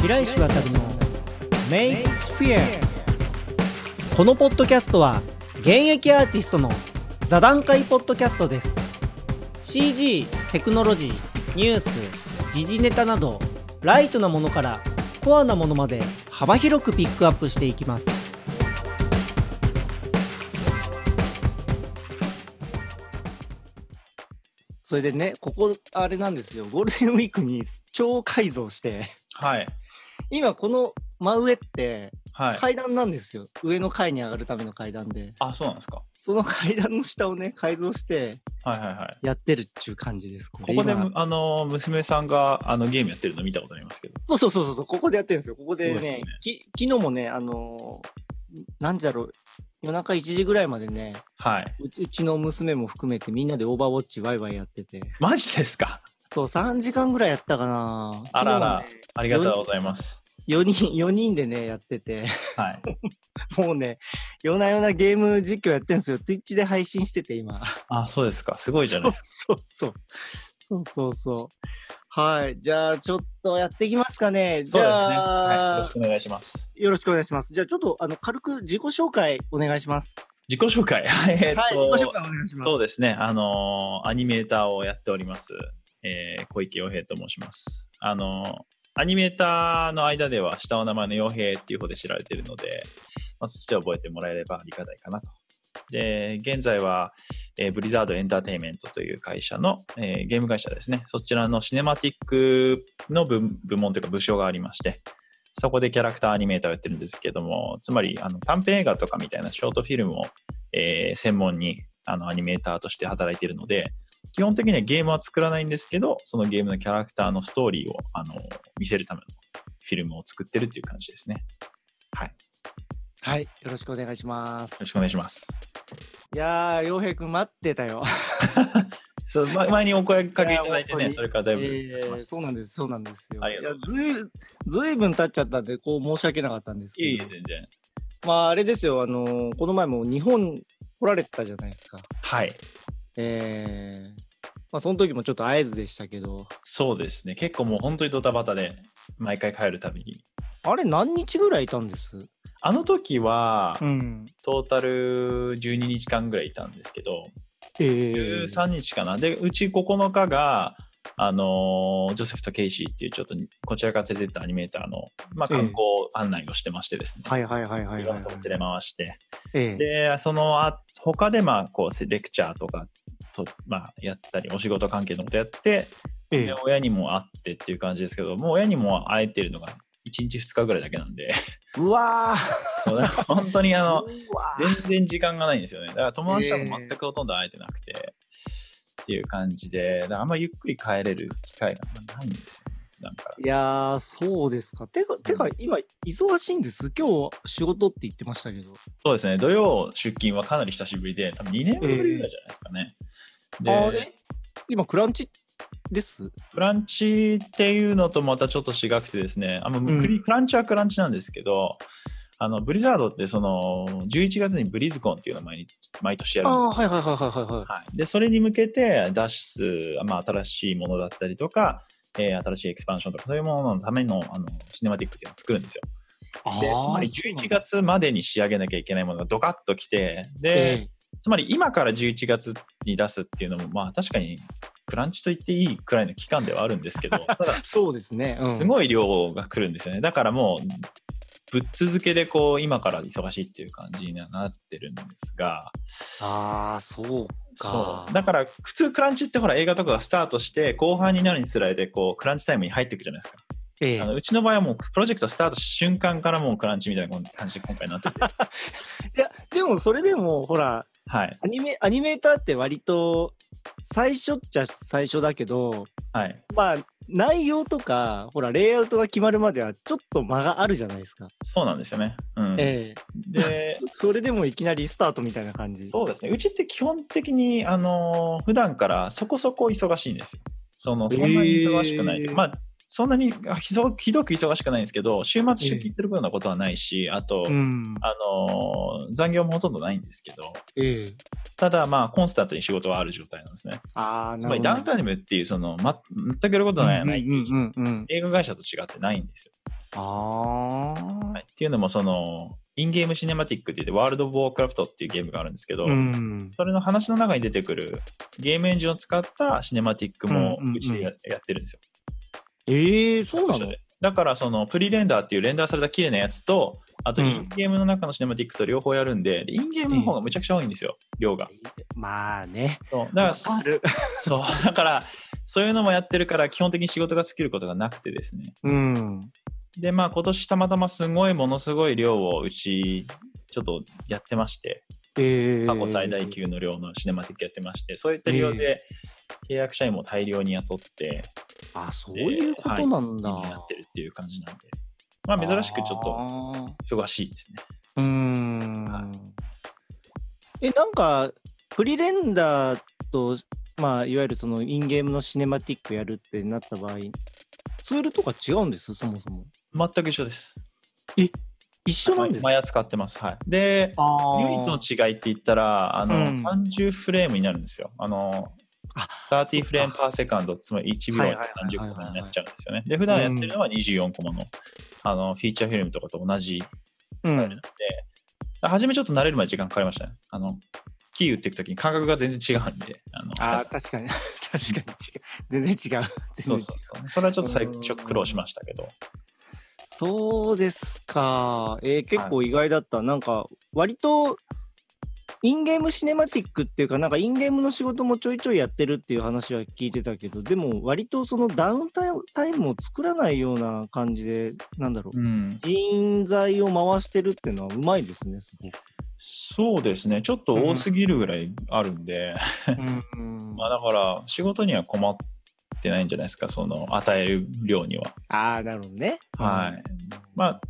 白石渡のメイクスピアこのポッドキャストは現役アーティストの座談会ポッドキャストです CG テクノロジーニュース時事ネタなどライトなものからコアなものまで幅広くピックアップしていきますそれでねここあれなんですよゴールデンウィークに超改造してはい。今この真上ってはい。階段なんですよ、上の階に上がるための階段であ、そうなんですか。その階段の下をね改造してはいはいはい。やってるっちゅう感じですこここで今む、あの、娘さんが、あの、ゲームやってるの見たことありますけど。そうそうそうそうそうここでやってるんですよここでそうねですよねき昨日もねあのーなんじゃろう夜中1時ぐらいまでねはい。ううちの娘も含めてみんなでオーバーウォッチワイワイやっててマジですか。そう3時間ぐらいやったかなあらら昨日はねありがとうございます。 4人4人でねやっててはい。もうね夜な夜なゲーム実況やってるんですよ Twitch で配信してて今あ、そうですか。すごいじゃないですそうそうそう。そうそうそう。はい。じゃあ、ちょっとやっていきますかね。か。じそうですね。ゃはあ、い。よろしくお願いします。よろしくお願いします。じゃあ、ちょっとあの軽く自己紹介お願いします。自己紹介。 えーっと、はい。自己紹介お願いします。そうですね。あのーアニメーターをやっております。えー小池洋平と申します。あのーアニメーターの間では下の名前の洋平っていう方で知られているので、まあ、そっちで覚えてもらえればありがたいかなと。で、現在は、えーブリザードエンターテインメントという会社の、えーゲーム会社ですね。そちらのシネマティックの部部門というか部署がありまして、そこでキャラクターアニメーターをやってるんですけども、つまりあの短編映画とかみたいなショートフィルムをえー専門にあのアニメーターとして働いているので、基本的にはゲームは作らないんですけど、そのゲームのキャラクターのストーリーをあの見せるためのフィルムを作ってるっていう感じですね。よはい。よろしくお願いします。ろしくお願いします。いやー、洋平くん待ってたよ。そうま前にお声かけいただいていやね、それからだいぶ経ちまえーした。そうなんです。そうなんですよ。ありがとうごいやずいずいぶん経っちゃったんで、こう申し訳なかったんですいけえいどえ、。全然。まあ、あれですよ。あのーこの前も日本来られてたじゃないですか。はい。えー、まあ、その時もちょっと会えずでしたけど。そうですね。結構もう本当にドタバタで、毎回帰るたびに。あれ何日ぐらいいたんですあの時は、ん。トータル12日間ぐらいいたんですけど、えー、 13日かな。で、うち9日が、あのージョセフとケイシーっていうちょっとこちらから連れてったアニメーターの、まあ、ええ観光案内をしてましてですね。はいはいはいはいいはろいんなとこ連れ回して。ええで、そのあ他で、まあ、こう、レクチャーとかと、まあ、やったり、お仕事関係のことやって、ええで、親にも会ってっていう感じですけど、もう親にも会えてるのが1日2日ぐらいだけなんで、 うわーそうだから本当にあの、うわー全然時間がないんですよね。だから友達とも全くほとんど会えてなくて、っていう感じで、だからあんまりゆっくり帰れる機会がないんですよね。なんか、いやー、そうですか。てか、てか今、忙しいんです。今日、仕事って言ってましたけど。そうですね、土曜出勤はかなり久しぶりで、多分2年ぶりぐらいじゃないですかね。あでれ、今、クランチです。クランチっていうのとまたちょっと違くてですね、あのんクリクランチはクランチなんですけど、あのブリザードってその11月にブリズコンっていうのを毎日毎年やるんですあよー、はいはいはいはいはい。はいはい、でそれに向けて出す、まあ、新しいものだったりとか、えー新しいエクスパンションとかそういうもののためのあのシネマティックっていうのを作るんですよ。あでーつまり11。月までに仕上げなきゃいけないものがドカッときてで、えつまり今から11月に出すっていうのもまあ確かにクランチと言っていいくらいの期間ではあるんですけ どただえそうですね。すい。ごい量が来るんですよねだからもうぶっ続けでこう今から忙しいっていう感じになってるんですが。ああ、そうそかうだから普通クランチってほら映画とかがスタートして後半になるにつらいでこうクランチタイムに入っていくじゃないですか、ええあのうちの場合はもうプロジェクトスタートした瞬間からもうクランチみたいな感じで今回なってていや、でも、それでも、ほら、はいアニメ、アニメーターって割と、最初っちゃ最初だけど、はいまあ、内容とか、ほら、レイアウトが決まるまでは、ちょっと間があるじゃないですか。そうなんですよね、うんえでえそれでもいきなりスタートみたいな感じ。そうですねうちって基本的にあのー普段からそこそこ忙しいんですよそのそんなに忙しくないというかへーまあそんなにあひそひどく忙しくないんですけど週末出勤するようなことはないしあと、うん。あのー残業もほとんどないんですけど、ええただまあコンスタントに仕事はある状態なんですね。ああ、つなまるりほど。ダウンタイムっていうその、ま、全くやることのないうんうんうんうん。映画会社と違ってないんですよ。ああ、はいっていうのも、その、インゲームシネマティックって言って、ワールド・オブ・ウォークラフトっていうゲームがあるんですけど、うん。それの話の中に出てくるゲームエンジンを使ったシネマティックもうんうんうんうちでややってるんですよ。ええそうな一緒のでだからそのプリレンダーっていうレンダーされた綺麗なやつとあとうんインゲームの中のシネマティックと両方やるんで、でインゲームの方がむちゃくちゃ多いんですよ量が。まあね。そうだからわかる。 そうだからそういうのもやってるから基本的に仕事が尽きることがなくてですね。うん。でまあ今年たまたますごいものすごい量をうちちょっとやってましてええ過去最大級の量のシネマティックやってまして、そういった理由で契約社員も大量に雇ってあ、そういうことなんだ。やってるっていう感じなんで、まあ、珍しくちょっとと。忙しいですね。うーんはえなんかプリレンダーと、まあ、いわゆるそのインゲームのシネマティックやるってなった場合ツールとか違うんですそもそも全く一緒です。一緒なんです毎毎使ってます。はい、であ唯一の違いって言ったらあの、うん30フレームになるんですよ。あのあ30フレームパーセカンドつまり1秒はい30はいはいはいはい個になっちゃうんですよね。で普段やってるのは24コマの,、あのフィーチャーフィルムとかと同じスタイルなので、初めちょっと慣れるまで時間かかりましたね。あのキー打っていくときに感覚が全然違うんで。あのあー確かに確かに違う全然違う全そ然違うそうそう。それはちょっと最初苦労しましたけど。そうですかえー結構意外だった、なんか割とインゲームシネマティックっていうかなんかインゲームの仕事もちょいちょいやってるっていう話は聞いてたけどでも割とそのダウンタイムタイムを作らないような感じでなんだろう、うん、人材を回してるっていうのはうまいですねすごく。そうですね。ちょっと多すぎるぐらいあるんで、まあだから仕事には困ってないんじゃないですか、その与える量には。ああなるほどね。はい。まあ、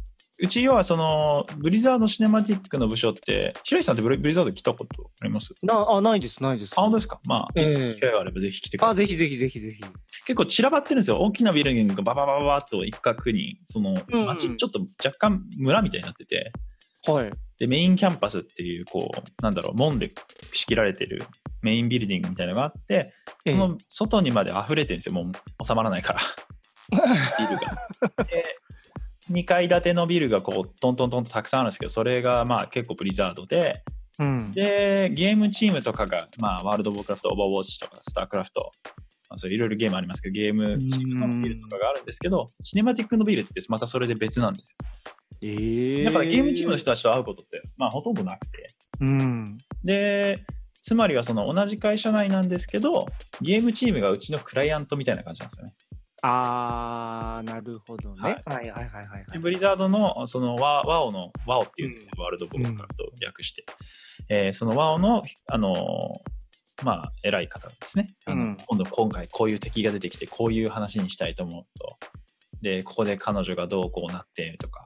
うち要はその、ブリザードシネマティックの部署って、白石さんってブリブリザード来たことありますなあないですないです。あ、本当ですかまあ、ええ機会があればぜひ来てくだあさぜい。ひぜひぜひぜひ。結構散らばってるんですよ。大きなビルディングがバババババッと一角に、そうの、ん街ちょっと若干村みたいになってて、はい。でメインキャンパスっていうこうなんだろう門で仕切られてるメインビルディングみたいなのがあってその外にまで溢れてるんですよもう収まらないからビルが。で2階建てのビルがこうトントントンとたくさんあるんですけどそれがまあ結構ブリザードでうん、でゲームチームとかが、まあ、ワールド・オブ・クラフトオーバーウォッチとかスタークラフトまあそういろいろゲームありますけどゲームチームのビルとかがあるんですけどシネマティックのビルってまたそれで別なんですえーよだからゲームチームの人たちと会うことって、まあ、ほとんどなくて。うん。でつまりはその同じ会社内なんですけどゲームチームがうちのクライアントみたいな感じなんですよね。あー、なるほどね。はいはいはいはい、はでい。ブリザードのそのワワオのワオっていうんですけど、ワールド・ボーカルと略して、えーそのワオのあのーまあ偉い方ですね、あのうん今度今回こういう敵が出てきてこういう話にしたいと思うとでここで彼女がどうこうなってとか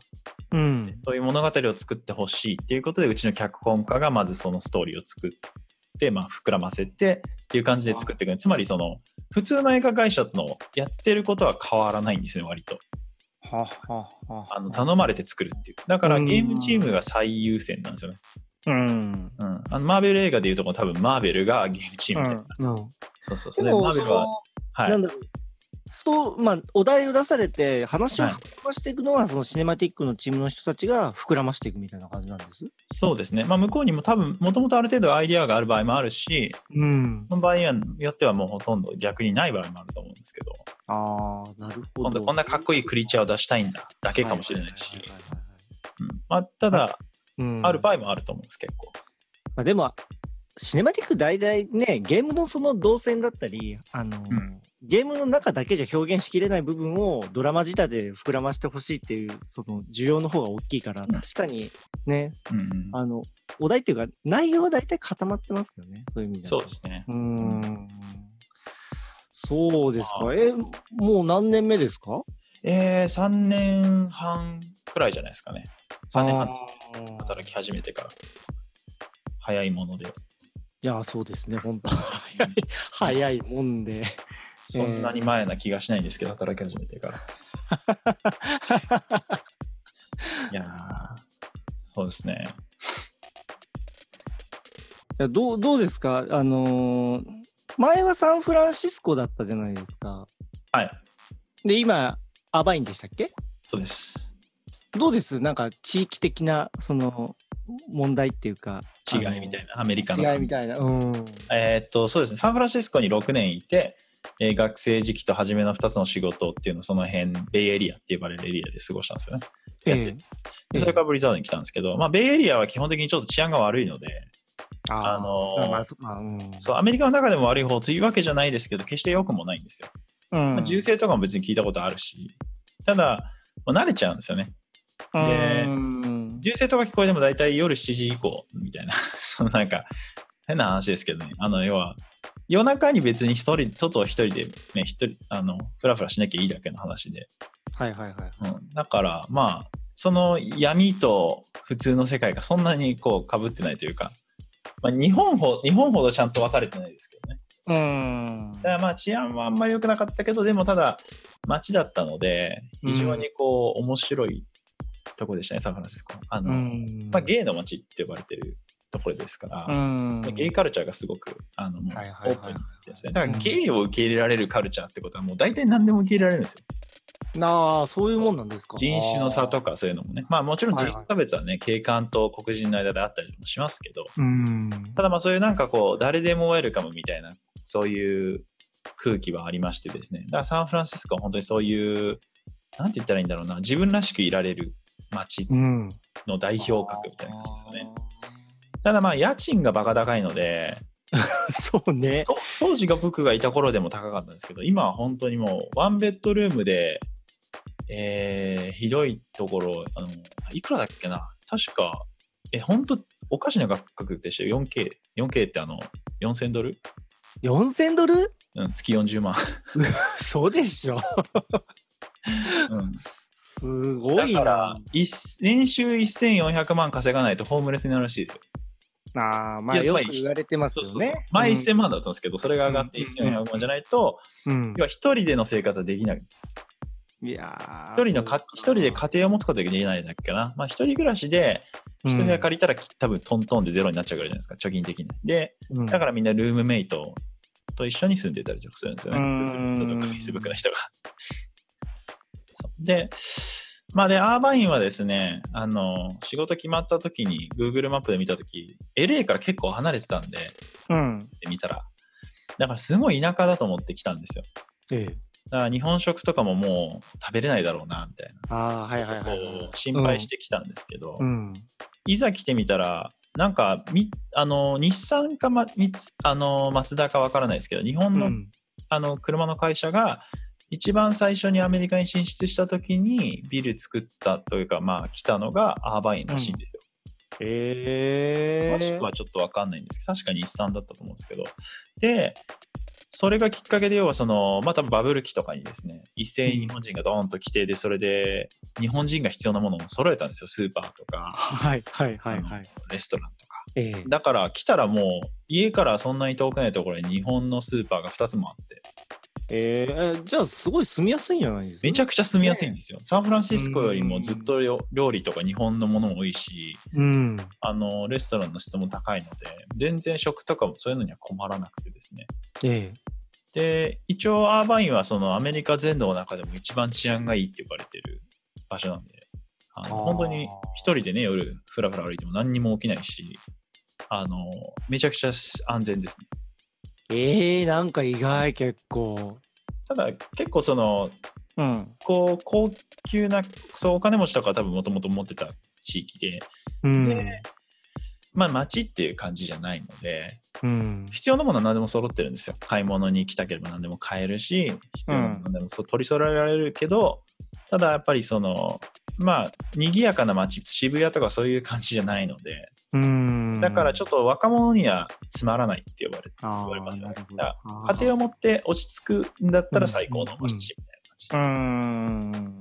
うん。そういう物語を作ってほしいっていうことでうちの脚本家がまずそのストーリーを作って、まあ、膨らませてっていう感じで作っていくつまりその普通の映画会社のやってることは変わらないんですね割とははは。あの頼まれて作るっていうだからうんゲームチームが最優先なんですよね、うん。うん、あのマーベル映画でいうとこう多分マーベルがゲームチームみたいな、うん、そうそうそでうでマもーベそルはの、はいなんだろうそうまあ、お題を出されて話をはい膨らましていくのは、そのシネマティックのチームの人たちが膨らましていくみたいな感じなんです。そうですね、まあ、向こうにも多分もともとある程度アイデアがある場合もあるしうん、その場合によってはもうほとんど逆にない場合もあると思うんですけどああなるほど。今度こんなかっこいいクリーチャーを出したいんだだけかもしれないし、うんまあ、ただ、あある場合もあると思うんです、結構。まあ、でも、シネマティック大体ね、ゲームのその動線だったり、あの、うんゲームの中だけじゃ表現しきれない部分をドラマ仕立てで膨らましてほしいっていう、その需要の方が大きいから、ん確かにね、うんうんあの、お題っていうか、内容は大体固まってますよね、そういう意味では。そうですね。うーん。そうですあか。え、もう何年目ですかえー、3年半くらいじゃないですかね。3年半ですあー働き始めてから。早いもので、いや、そうですね、 本当早い、早いもんで。そんなに前な気がしないんですけど、働き始めてから。いやーそうですね。いやどうどうですか、あのー前はサンフランシスコだったじゃないですか。はい、で、今、アバインでしたっけそうです。どうですなんか地域的なその問題っていうか違いみたいな、アメリカの。な違いみたいなうんえーっと、そうですね、サンフランシスコに6年いて、えー学生時期と初めの2つの仕事っていうのをその辺、ベイエリアって呼ばれるエリアで過ごしたんですよね。やっえてえでそれからブリザードに来たんですけど、まあ、ベイエリアは基本的にちょっと治安が悪いので、ああのーまあそまあうんそうアメリカの中でも悪い方というわけじゃないですけど、決して良くもないんですよ。うんまあ銃声とかも別に聞いたことあるし、ただ、まあ慣れちゃうんですよね。でうん銃声とか聞こえても大体夜7時以降みたいな、 そのなんか、変な話ですけどね、あの、要は、夜中に別に一人、外を一人でね、一人、あの、ふらふらしなきゃいいだけの話で、はいはいはいうん、だから、まあ、その闇と普通の世界がそんなにこう被ってないというか、まあ、日本ほ日本ほどちゃんと分かれてないですけどね。うんだからまあ治安はあんまり良くなかったけど、でもただ街だったので、非常にこう面白いとこでしたね、サンフランシスコ。あの、うんまあ、ゲイの街って呼ばれてるところですから、うんでゲイカルチャーがすごくあのもうはいはいはオいープンですね。だからゲイを受け入れられるカルチャーってことはもう大体何でも受け入れられるんですよ。なあそういうもんなんですか人種の差とかそういうのもね。まあもちろんは人いはい種差別はね、警官と黒人の間であったりもしますけど、うんただまあそういうなんかこう、誰でもウェルカムみたいな、そういう空気はありましてですね。だからサンフランシスコは本当にそういう、なんて言ったらいいんだろうな、自分らしくいられる街うんの代表格みたいな感じですよね。ただまあ家賃がバカ高いので、あー そうねと当時が僕がいた頃でも高かったんですけど今は本当にもうワンベッドルームで、えー、ひどいところあのいくらだっけな確かえ本当おかしな額額でしたよ 4K4K ってあの4000ドル、 4000ドルうん、月40万、 そうでしょうん、すごだいからないっ年収1400万稼がないとホームレスになるらしいですよあーまあいやつよまくり言われてますそうよそうそうね前1000万だったんですけど、それが上がって1400万じゃないと、うん要は一人での生活はできないいや一人のか一人で家庭を持つことができないんだっけな。まあ一人暮らしで、一人が借りたらき多分トントンでゼロになっちゃうぐらいじゃないですか、貯金的に。で、りだかららみんなルームメイトと一緒に住んでたりとかするんですよね。うルんームメイトとかフェイスブックの人が。そうで、まあで、アーバインはですね、あの、仕事決まった時に Google マップで見た時、LA から結構離れてたんで、うん見たら。だからすごい田舎だと思って来たんですよ。ええだから日本食とかももう食べれないだろうな、みたいな。ああはいはいはいはいこう心配してきたんですけど、うんいざ来てみたらなんかみあの日産か、ま、みつあのマツダかわからないですけど日本うの,、んあの車の会社が一番最初にアメリカに進出した時にビル作ったというかまあ来たのがアーバインらしいんですよ。ええ詳しくはちょっとわかんないんですけど確か日産だったと思うんですけどでそれがきっかけで要はそのまあ多分バブル期とかにですね一斉に日本人がドーンと来てでそれで日本人が必要なものを揃えたんですよスーパーとかはいはいはいはいレストランとか。ええだから来たらもう家からそんなに遠くないところに日本のスーパーが2つもあって、えー、じゃあすごい住みやすいんじゃないですかめちゃくちゃ住みやすいんですよ。サンフランシスコよりもずっとよ料理とか日本のものも多いし、うんあの、レストランの質も高いので、全然食とかもそういうのには困らなくてですね。ええで、一応アーバインはそのアメリカ全土の中でも一番治安がいいって呼ばれてる場所なんで、あのあー本当に一人でね、夜ふらふら歩いても何にも起きないし、あの、めちゃくちゃ安全ですね。ええなんか意外結構ただ結構そのうんこう高級なそうお金持ちとかは多分もともと持ってた地域で、うん、でまあ、町っていう感じじゃないのでうん、必要なものは何でも揃ってるんですよ買い物に来たければ何でも買えるし必要なものは何でもそう取り揃えられるけど、ただやっぱりそのまあ賑やかな町渋谷とかそういう感じじゃないのでうんだからちょっっと若者にはつまらないって呼ばれてと言われますよねだ家家庭を持って落ち着くんだったら最高の町みたいな感うーじん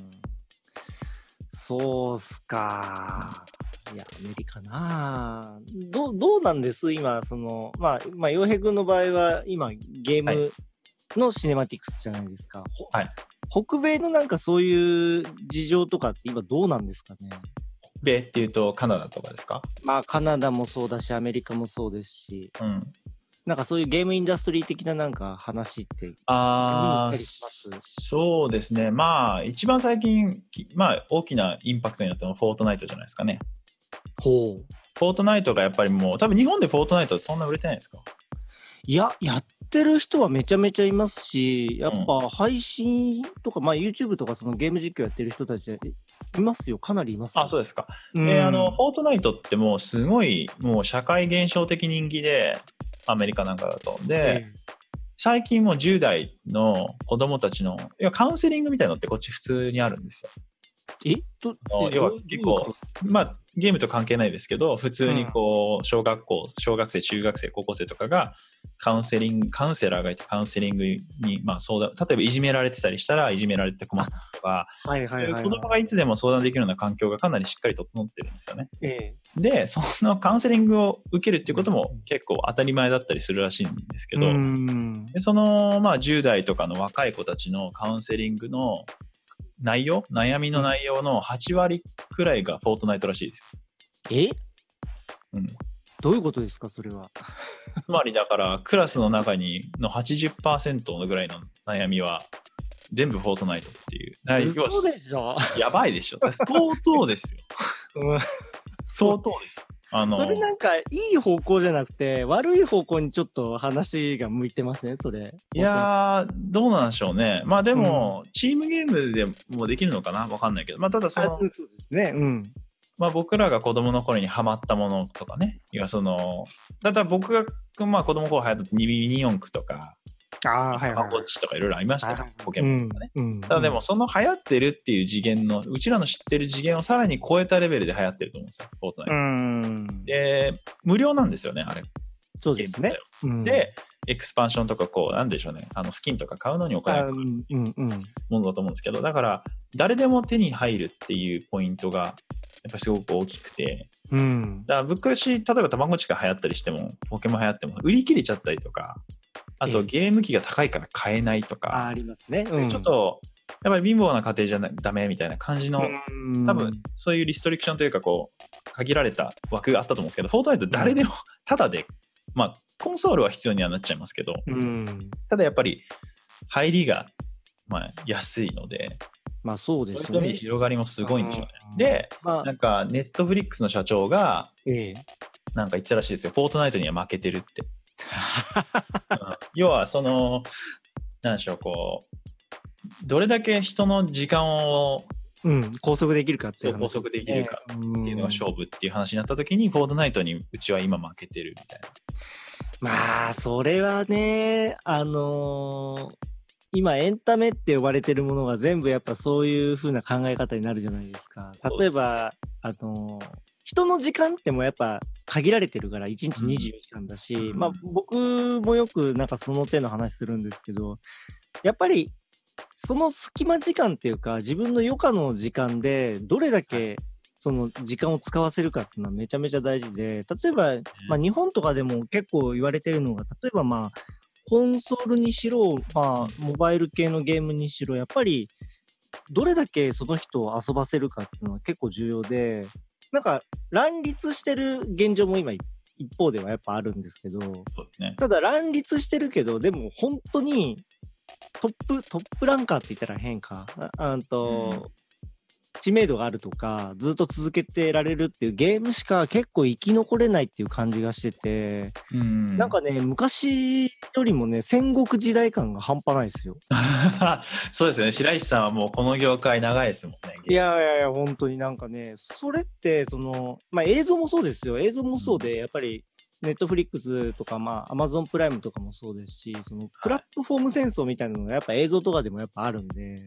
そうっすか。いや、アメリカなあどう。どうなんです今、その、まあ、まあ、洋平君の場合は、今、ゲーはムのシネマティクスじゃないですか。ほはい北米のなんかそういう事情とかって今どうなんですかね米っていうとカナダとかですか、まあカナダもそうだしアメリカもそうですしうん、なんかそういうゲームインダストリー的ななんか話って。あうんあ、やりますそうですね。まあ、一番最近、きまあ、大きなインパクトになったのはフォートナイトじゃないですかね。ほう。フォートナイトがやっぱりもう、多分日本でフォートナイトってそんな売れてないですかいや、やってる人はめちゃめちゃいますし、やっぱ配信とか、まあ YouTube とかそのゲーム実況やってる人たちいますよ。かなりいますよ。あ、そうですか。うんえーあの、フォートナイトってもうすごい、もう社会現象的人気で、アメリカなんかだと。で、え最近もう10代の子供たちの、いや、カウンセリングみたいのってこっち普通にあるんですよ。えとあえ要はどういう結構まあ、ゲームと関係ないですけど、普通にこう、小学校、小学生、中学生、高校生とかが、カウンセリング、カウンセラーがいて、カウンセリングに、まあ、相談、例えばいじめられてたりしたら、いじめられて困ったとか、はいはいはい、はい。子供がいつでも相談できるような環境がかなりしっかり整ってるんですよね。ええで、その カウンセリングを受けるっていうことも結構当たり前だったりするらしいんですけど、うんでその、まあ、10代とかの若い子たちのカウンセリングの内容悩みの内容の8割くらいがフォートナイトらしいですえよ。うん、どういうことですか、それは。つまりだからクラスの中にの80%のぐらいの悩みは全部フォートナイトっていう。だから要は嘘でしょ、やばいでしょ。相当ですよ。うん、相当です。あのそれなんかいい方向じゃなくて、悪い方向にちょっと話が向いてますね、それ。いやー、どうなんでしょうね。まあでも、チームゲームでもできるのかなわかんないけど、まあただそあのそう、ですね、うん。まあ、僕らが子供の頃にハマったものとかね、いやそのだったら僕が、まあ、子供の頃流行ったニビニ四駆とか、ああ、はハいはマい、ゴッチとかいろいろありましたよはいはいポケモンとかね。うん。うんただでも、、その流行ってるっていう次元の、うちらの知ってる次元をさらに超えたレベルで流行ってると思うんですよ、フォートうナイんト。。で、無料なんですよね、あれ。そうですね。うん、で、エクスパンションとか、こう、なんでしょうね、あのスキンとか買うのにお金あがかかるうんうんうん。ものだと思うんですけど、だから、誰でも手に入るっていうポイントが、やっぱすごく大きくて、うん。だから昔、例えば卵チが流行ったりしても、ポケモン流行っても、売り切れちゃったりとか、あえとえゲーム機が高いから買えないとあか、ありますね。そういううんちょっ、と、やっぱり貧乏な家庭じゃなダメみたいな感じの、うん、多分そういうリストリクションというか、こう、限られた枠があったと思うんですけど、フォートナイト誰でも、ただで、まあ、コンソールは必要にはなっちゃいますけど、うん。ただやっぱり、入りが、まあ、安いので、まあそうでそういすう意よ味でね。広がりもすごいんでしょうね。うんで、まなあ、んか、ネットフリックスの社長が、ええ。なんか言ってたらしいですよ、フォートナイトには負けて るって。うん要は、その、なんでしょう、こう、どれだけ人の時間をうん。拘束できるかってそいうう話。拘束できるかええっていうのがん勝負っていう話になった時に、フォートナイトにうちは今負けてるみたいな。まあそれはねあのー今エンタメって呼ばれてるものが全部やっぱそういう風な考え方になるじゃないですかそう例ですえばあのー人の時間ってもうやっぱ限られてるから1日うん24時間だし、うんまあ僕もよくなんかその手の話するんですけどやっぱりその隙間時間っていうか自分の余暇の時間でどれだけその時間を使わせるかっていうのはめちゃめちゃ大事で例えば、まあ、日本とかでも結構言われてるのが例えばまあコンソールにしろ、まあ、モバイル系のゲームにしろやっぱりどれだけその人を遊ばせるかっていうのは結構重要でなんか乱立してる現状も今一方ではやっぱあるんですけどそうですね。ただ乱立してるけど、でも本当にトップ、トップランカーって言ったら変か。ああんと、知名度があるとか、ずっと続けてられるっていうゲームしか結構生き残れないっていう感じがしてて、うんなん、かね、昔よりもね、戦国時代感が半端ないですよ。 そうですよね。白石さんはもうこの業界長いですもんね。いやいやいや、本当になんかね、それって、その、まあ映像もそうですよ。映像もそうで、やっぱり、ネットフリックスとか、まあ、アマゾンプライムとかもそうですし、その、プラットフォーム戦争みたいなのが、やっぱ映像とかでもやっぱあるんで、うん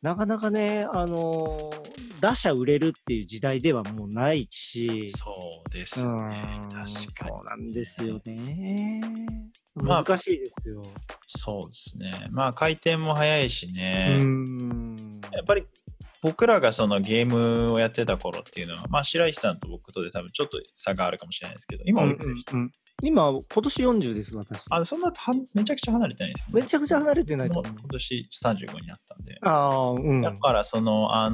なかなかね、あのー打者売れるっていう時代ではもうないし、そうですうねん。確そうかなに。んですよね。まあ難しいですよ。そうですね。まあ、回転も早いしね。うーん。やっぱり僕らがそのゲームをやってた頃っていうのは、まあ、白石さんと僕とで多分ちょっと差があるかもしれないですけど、今、うんうんうん今、今年40です、私。あそんなはめちゃくちゃ離れてないですね。めちゃくちゃ離れてないともう思う今。年35になったんで。ああ、うん。だから、その、あ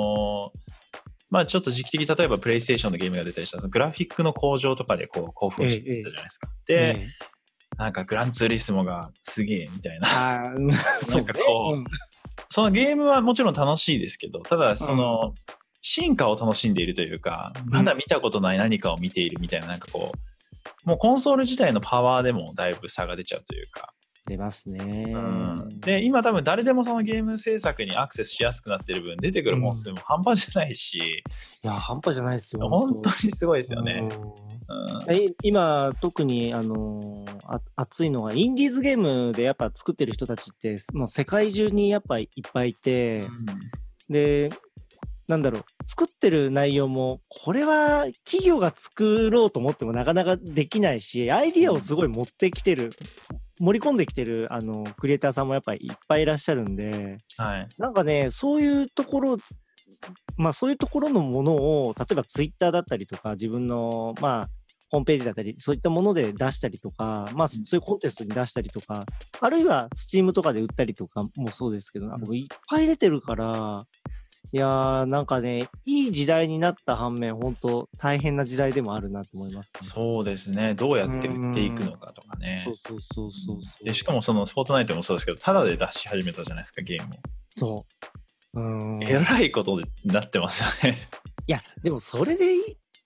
のーまあちょっと時期的例えばプレイステーションのゲームが出たりしたらそのグラフィックの向上とかでこう興奮してたじゃないですか。で、ええなんかグランツーリスモがすげえみたいな。 ああ、そうなんかかこうそのゲームはもちろん楽しいですけど、ただその、進化を楽しんでいるというか、まだ見たことない何かを見ているみたいな、なんかこう、もうコンソール自体のパワーでもだいぶ差が出ちゃうというか、出ますね。うんで、今多分誰でもそのゲーム制作にアクセスしやすくなってる分、出てくる本数も半端じゃないし、いや、半端じゃないですよ。本当にすごいでですよね。うんえ今特にあのあ熱いのがインディーズゲームでやっぱ作ってる人たちってもう世界中にやっぱいっぱいいて、でなんだろう作ってる内容もこれは企業が作ろうと思ってもなかなかできないしアイディアをすごい持ってきてる盛り込んできてるあのクリエイターさんもやっぱりいっぱいいらっしゃるんではい。なんかねそういうところまあそういうところのものを例えばツイッターだったりとか自分のまあホームページだったりそういったもので出したりとかまあそういうコンテストに出したりとかあるいは Steam とかで売ったりとかもそうですけどなんかいっぱい出てるからいやーなんかねいい時代になった反面本当大変な時代でもあるなと思います、ね、そうですね。どうやって売っていくのかとかね。そうそうそうそうそうでしかもそのスポートナイトもそうですけど、タダで出し始めたじゃないですか、ゲームを。そううんえらいことになってますよね。 いや、でもそれで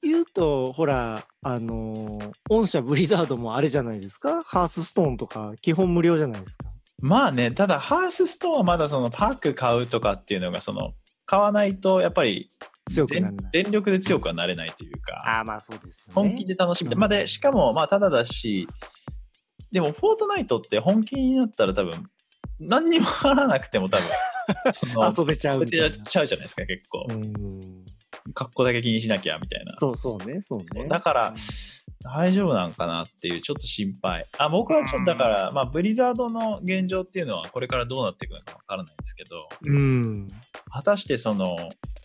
言うと、ほら、あのー御社ブリザードもあれじゃないですか、ハースストーンとか、基本無料じゃないですか。まあね、ただハースストーンはまだそのパック買うとかっていうのが、その、買わないとやっぱり強くなら全ない。全力で強くはなれないというか、ああ、まあそうですよね。本気で楽しみたい。うんまあで、しかもまあただだし、でもフォートナイトって本気になったら多分、何にも払わなくても 多分、その遊べちゃうみたやいっな。ちゃうじゃないですか、結構。うん。格好だけ気にしなきゃみたいな。そうそうね、そうそうね。だから、大丈夫なんかなっていうちょっと心配あ僕はちょっとだから、まあ、ブリザードの現状っていうのはこれからどうなっていくのかわからないんですけどうん。果たしてその、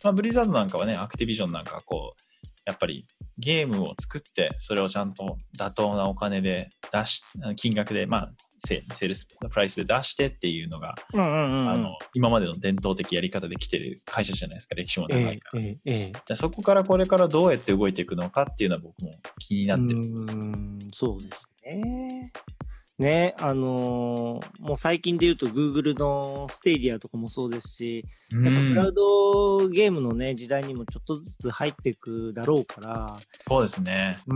まあ、ブリザードなんかはねアクティビジョンなんかはこうやっぱりゲームを作ってそれをちゃんと妥当なお金で出し金額で、まあ、セセールスプライスで出してっていうのが、うんうんうん。あの、今までの伝統的やり方で来てる会社じゃないですか歴史もえ長いからえ。ええええ。でそこからこれからどうやって動いていくのかっていうのは僕も気になってる。うーんそうですね。ね、あのーもう最近で言うと Google のステ d ディアとかもそうですし、やっぱクラうんウドゲームのね、時代にもちょっとずつ入っていくだろうから、そうですね。うー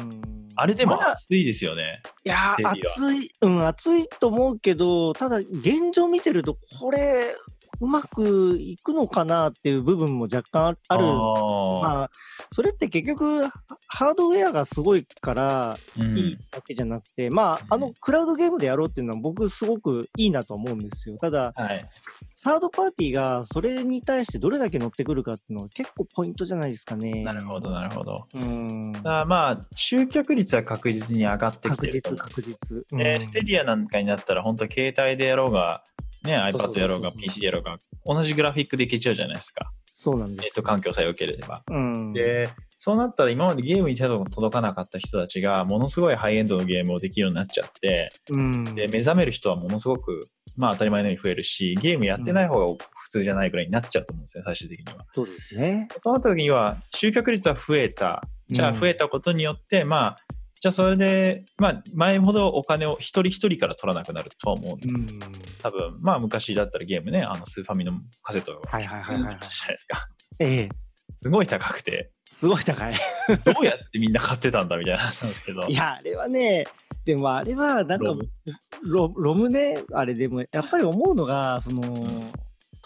ん。あれでまもだ暑いですよね。いやー、ステディ熱い、うん、熱いと思うけど、ただ現状見てると、これ、うまくいくのかなっていう部分も若干あある。あまあ、それって結局、ハードウェアがすごいから、ーうんいいだけじゃなくて、まあ、あうのんクラウドゲームでやろうっていうのは僕すごくいいなと思うんですよ。ただ、はい。サードパーティーがそれに対してどれだけ乗ってくるかっていうのは結構ポイントじゃないですかね。なるほど、なるほど。うん。だからまあ、集客率は確実に上がってき確てると実、思う。確実。でうんステディアなんかになったら、本当携帯でやろうが、ね、そうそうそう iPad やろうが、PC やろうが、同じグラフィックでいけちゃうじゃないですか。そうなんです。ネット環境さえ良ければ。うん。で、そうなったら今までゲームに手の届かなかった人たちが、ものすごいハイエンドのゲームをできるようになっちゃって、うん、で目覚める人はものすごく、まあ、当たり前のように増えるしゲームやってない方が普通じゃないぐらいになっちゃうと思うんですね最終的には。そうですね。そうなった時には集客率は増えたじゃあうん増えたことによって、まあじゃあそれで、まあ、前ほどお金を一人一人から取らなくなるとは思うんでうす、ん。多分まあ昔だったらゲームねあのスーファミのカセットがはいはいはいはいはいじゃないですかええ。すごい高くてすごい高い。どうやってみんな買ってたんだみたいな話なんですけどいや、あれはね、でもあれはなんかロムロロムねあれでもやっぱり思うのがその、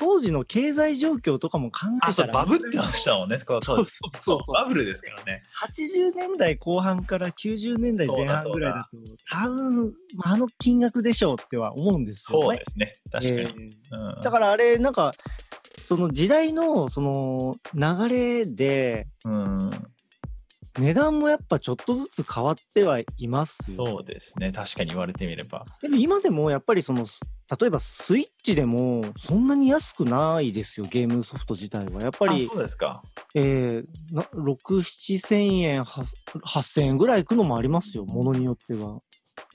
当時の経済状況とかも考あえそたうらバブってましたもんねそうそうそうそうそうバブルですからね80年代後半から90年代前半ぐらいだと多分まああの金額でしょうっては思うんですよそうねで。すね確かに、ええうんだからあれなんかその時代のその流れでうん、値段もやっぱちょっとずつ変わってはいますよ。そうですね、確かに言われてみれば。でも今でもやっぱりその例えばスイッチでもそんなに安くないですよゲームソフト自体はやっぱりあそうですか。えー、な6、7千円、は8000円ぐらいいくのもありますよ、ものによっては。う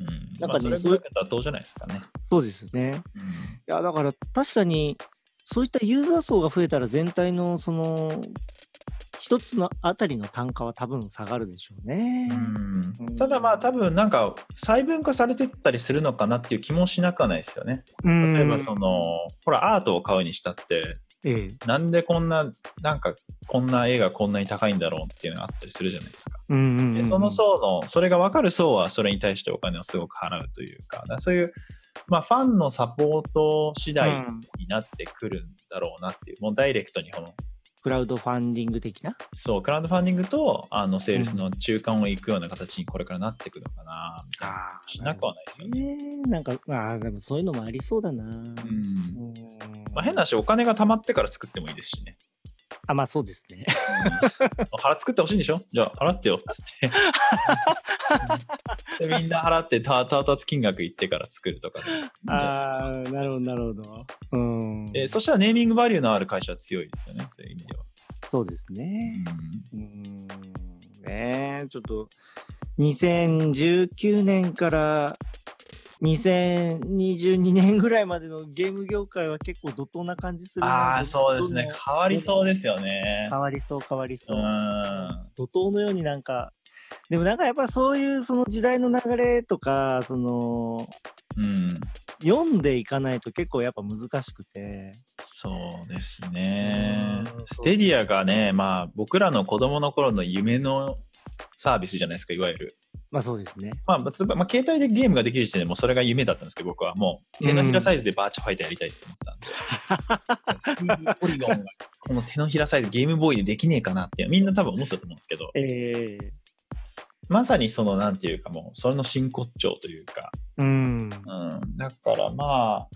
ん、なんかねまあそれぐらいだと妥当じゃないですかね。そうですよね。いや、だから確かに、そういったユーザー層が増えたら全体の、その、一一つのあたりの単価は多分下がるでしょうね。うんただまあ多分なんか細分化されてったりするのかなっていう気もしなくはないですよね。うん例えばその、ほらアートを買うにしたってええ、なんでこんななんかこんな絵がこんなに高いんだろうっていうのがあったりするじゃないですか。うんうんうんでその層のそれが分かる層はそれに対してお金をすごく払うというかだからそういう、まあ、ファンのサポート次第うんになってくるんだろうなっていう、もうダイレクトにこのクラウドファンディング的な。そうクラウドファンディングとあのセールスの中間を行くような形にこれからなってくるのかなみたいな、あしなくはないですよね。ね。なんか、ああ、でもそういうのもありそうだな。うんうんまあ、変な話お金が貯まってから作ってもいいですしね。あ、まあそうです ね。腹作ってほしいんでしょじゃあ払ってよっつ って。でみんな払ってたたたつ金額いってから作るとかね、ああ、なるほど、なるほど。うん。でそしたらネーミングバリューのある会社は強いですよねそういう意味では。そうですね。ううーんんねえちょっと2019年から2022年ぐらいまでのゲーム業界は結構怒涛な感じするなああそうですねどんどん変わりそうですよね。変わりそう変わりうそう、ん怒涛のようになんかでもなんかやっぱそういうその時代の流れとかそのうん、読んでいかないと結構やっぱ難しくてそうですねうん。ステディアがね、まあ、僕らの子供の頃の夢のサービスじゃないですかいわゆる。まあそうですねまあ、例えばまあ、携帯でゲームができる時点でもうそれが夢だったんですけど、僕はもう手のひらサイズでバーチャファイターやりたいって思ってたんで、スティーブポリゴンがこの手のひらサイズ、ゲームボーイでできねえかなって、みんな多分思ってたと思うんですけど、ええまさにその、なんていうか、もう、それの真骨頂というか、うんうん、だからまあ、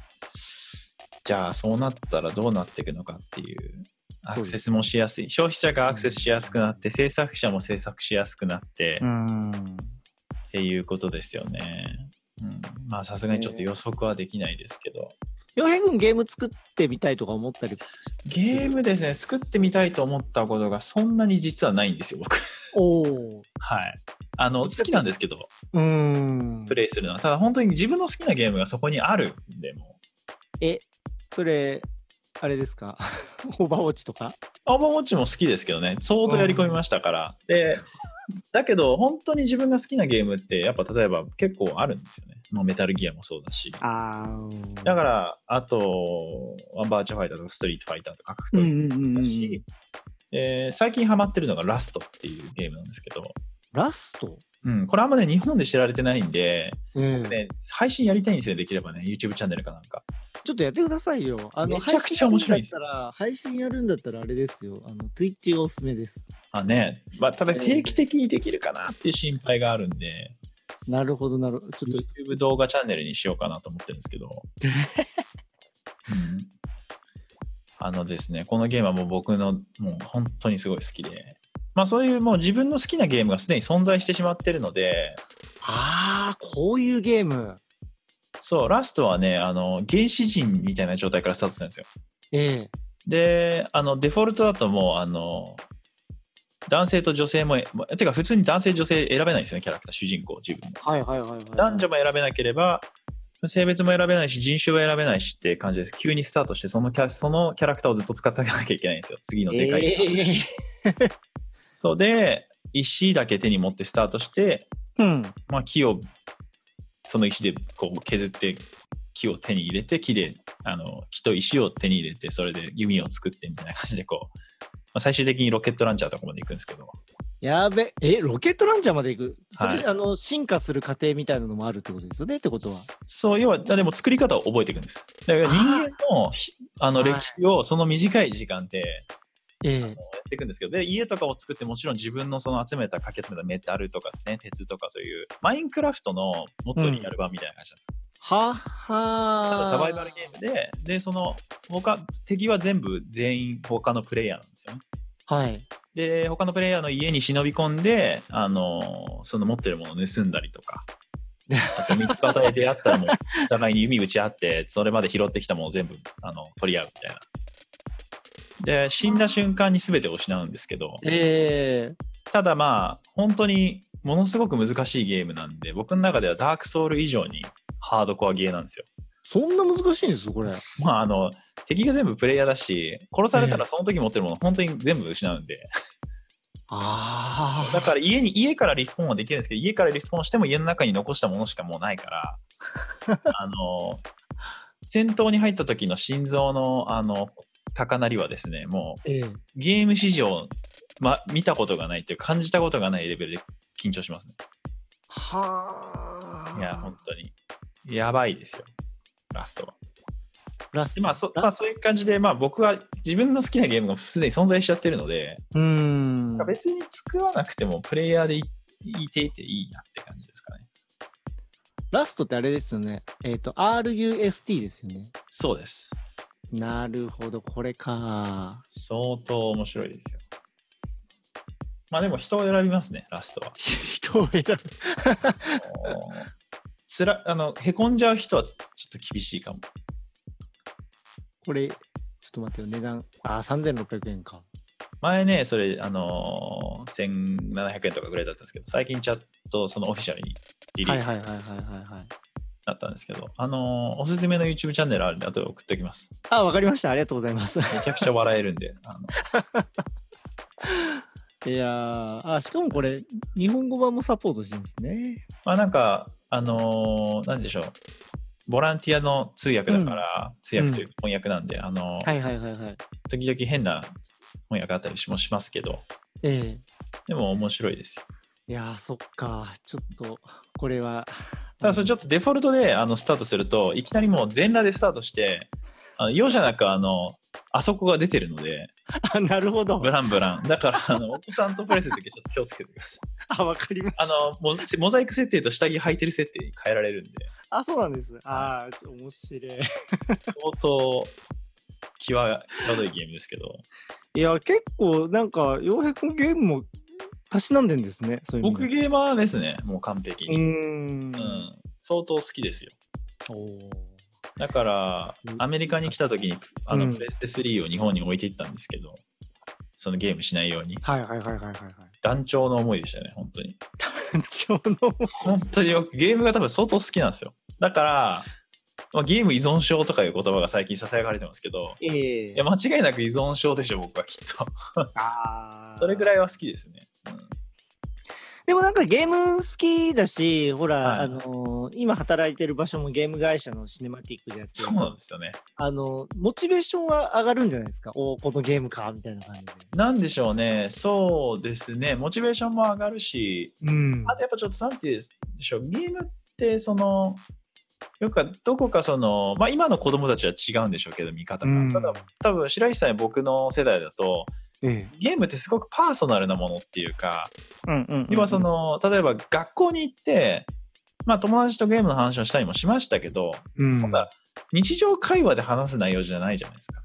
じゃあそうなったらどうなっていくのかっていう、アクセスもしやすい、消費者がアクセスしやすくなって、制作者も制作しやすくなって、うんっていうことですよね。うん、まあさすがにちょっと予測はできないですけど、洋平君ゲーム作ってみたいとか思ったりゲームですね作ってみたいと思ったことがそんなに実はないんですよ僕おお。はいあの好きなんですけどうーん。プレイするのはただ本当に自分の好きなゲームがそこにあるんでもえ、それ、あれですか オーバーウォッチとかうオーバーウォッチも好きですけどね相当やり込みましたから、でだけど本当に自分が好きなゲームってやっぱ例えば結構あるんですよねもうメタルギアもそうだしああ。だか、らあとワンバーチャファイターとかストリートファイターとか格う闘ん技うんうんうだんし。えー最近ハマってるのがラストっていうゲームなんですけど、ラストうん、これあんまね、日本で知られてないんで、うんちね、配信やりたいんですよ、できればね、YouTube チャンネルかなんか。ょっとやってくださいよ。あの、めちゃくちゃ面白い配信やるんだったら、配信やるんだったらあれですよ。あの、Twitch がおすすめです。あね、まあ、ただえー定期的にできるかなっていう心配があるんで、なるほど、なるほど。ちょっと、 YouTube 動画チャンネルにしようかなと思ってるんですけど。うんあのですね、このゲームはもう僕の、もう本当にすごい好きで、まあそういうもう自分の好きなゲームがすでに存在してしまってるので、ああ、こういうゲーム。そう、ラストはね、あの、原始人みたいな状態からスタートするんですよ。ええ。で、あの、デフォルトだともう、あの、男性と女性も、もてか普通に男性女性選べないんですよね、キャラクター、主人公、自分も。はいはいはいはい。男女も選べなければ、性別も選べないし、人種も選べないしっていう感じです。急にスタートして、そのキャラそのキャラクターをずっと使ってあげなきゃいけないんですよ。次のでかい。えそうで、石だけ手に持ってスタートして、え。うん。まあ、木をその石でこう削って木を手に入れて木であの木と石を手に入れてそれで弓を作ってみたいな感じでこう、まあ、最終的にロケットランチャーとかまで行くんですけどやべ、え、ロケットランチャーまで行く。それ、はいあの、進化する過程みたいなのもあるってことですよね、ってことは。そう要はあでも作り方を覚えていくんですだから人間のひあのはい歴史をその短い時間でえあのやっていくんですけどで家とかを作ってもちろん自分のその集めたかけ集めたメタルとかね鉄とかそういうマインクラフトのもっとリアル版みたいな感じなんですよははただサバイバルゲームで、で、その、他、敵は全部全員他のプレイヤーなんですよね。はい。で、他のプレイヤーの家に忍び込んで、あのーその持ってるものを盗んだりとか、あと、三方で出会ったらもう、お互いに弓打ち合って、それまで拾ってきたものを全部、あの、取り合うみたいな。で、死んだ瞬間に全てを失うんですけど、ええただまあ、本当にものすごく難しいゲームなんで、僕の中ではダークソウル以上にハードコアゲーなんですよ。そんな難しいんですよ、これ。まああの敵が全部プレイヤーだし殺されたらその時持ってるもの本当に全部失うんで、あだから家に家からリスポーンはできるんですけど家からリスポーンしても家の中に残したものしかもうな いからあの戦闘に入った時の心臓のあの高鳴りはですねもうええゲーム史上、ま、見たことがないっていう感じたことがないレベルで緊張しますねはあいや本当にやばいですよラストはラスで、まあそまあ、そういう感じで、まあ、僕は自分の好きなゲームがすでに存在しちゃってるのでうーん別に作らなくてもプレイヤーでいいていていいなって感じですかねラストってあれですよねえっ、と RUST ですよねそうですなるほどこれか。相当面白いですよ。まあでも人を選びますね、ラストは 人を選ぶあのーつらあのへこんじゃう人はちょっと厳しいかも。これちょっと待ってよ値段あ3600円か前ね、それ、あのー1700円とかぐらいだったんですけど、最近ちゃんとそのオフィシャルにリリはいースはいはいはいはいはいだったんですけど、あのーおすすめの YouTube チャンネルあるんで、後で送っておきます。あわかりましたありがとうございます めちゃくちゃ笑えるんで、あのいやーあしかもこれ日本語版もサポートしてるんですねまあなんか、あのーなんでしょう、ボランティアの通訳だから、通訳というか翻訳なんで、あのーはいはいはいはい時々変な翻訳あったりもしますけど、ええでも面白いですよ。いやーそっかちょっとこれはただそれちょっとデフォルトであのスタートすると、いきなりもう全裸でスタートして、あの容赦なくあの、あそこが出てるので、 あなるほどブランブラン。だから、あの、お子さんとプレイするときはちょっと気をつけてくださ い。あわかりましたあの、モモザイク設定と下着履いてる設定に変えられるんで、あそうなんですああちょ面白い相当、際、際どいゲームですけど、いや結構なんか洋平君ゲームもたしなんでんですねそういう意僕味でゲーマーですね、もう完璧うーに。んうん、相当好きですよ。おーだからうん、アメリカに来た時に、あうの、んプレステ3を日本に置いていったんですけど、そのゲームしないように。はいはいはいはいはいはい 団長の思いでしたね、本当に。ちょうど本当に僕、ゲームが多分相当好きなんですよ。だから、まあ、ゲーム依存症とかいう言葉が最近囁かれてますけど、ええいや、間違いなく依存症でしょ、僕はきっと。あーそれぐらいは好きですね。うんでもなんかゲーム好きだしほら、はいあのー今働いてる場所もゲーム会社のシネマティックでやってるそうなんですよね。あのモチベーションは上がるんじゃないですかおーこのゲームかみたいな感じでなんでしょうね。そうですね。モチベーションも上がるし、うんあとやっぱちょっとなんていうんでしょう、ゲームってその、よくはどこかその、まあ今の子供たちは違うんでしょうけど、見方が。うんただ多分白石さんや僕の世代だと、ええゲームってすごくパーソナルなものっていうか、うんうんうん今その、例えば学校に行って、まあ友達とゲームの話をしたりもしましたけど、うんただ日常会話で話す内容じゃないじゃないですか。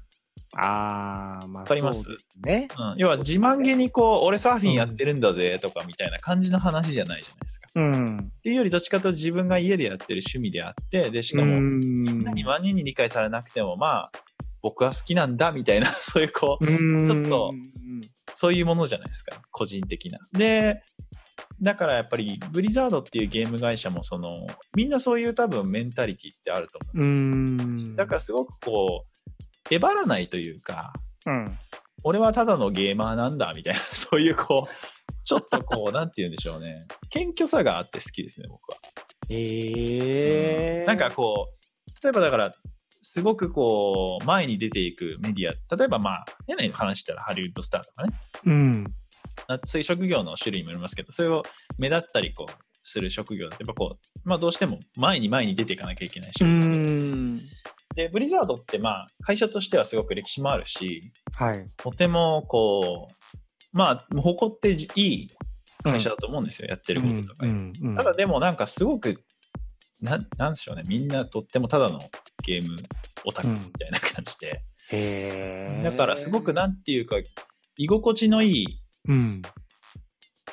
ああまあわかりますそうですねうん、要は自慢げにこう、俺サーフィンやってるんだぜとかみたいな感じの話じゃないじゃないですか。うんっていうよりどっちかというと自分が家でやってる趣味であって、で、しかも、何万人に理解されなくてもまあ僕は好きなんだみたいな そういうこうちちょっとそういうものじゃないですか個人的な。でだからやっぱりブリザードっていうゲーム会社もそのみんなそういう多分メンタリティってあると思ううんん、だからすごくこうへばらないというからうん、俺はただのゲーマーなんだみたいな そういうこうちょっとこうなんて言うんでしょうね謙虚さがあって好きですね僕は。ええなんかこう例えばだからすごくこう前に出ていくメディア例えばまあ変な話したらハリウッドスターとかねうんあそういう職業の種類もありますけどそれを目立ったりこうする職業ってやっぱこう、まあ、どうしても前に前に出ていかなきゃいけないし、うんでブリザードってまあ会社としてはすごく歴史もあるしはいとてもこうまあ誇っていい会社だと思うんですよ、やってることとか、うんうんうん、ただでもなんかすごくなんなんでしょうねみんなとってもただのゲームオタクみたいな感じで、へえだからすごくなんていうか居心地のいいうん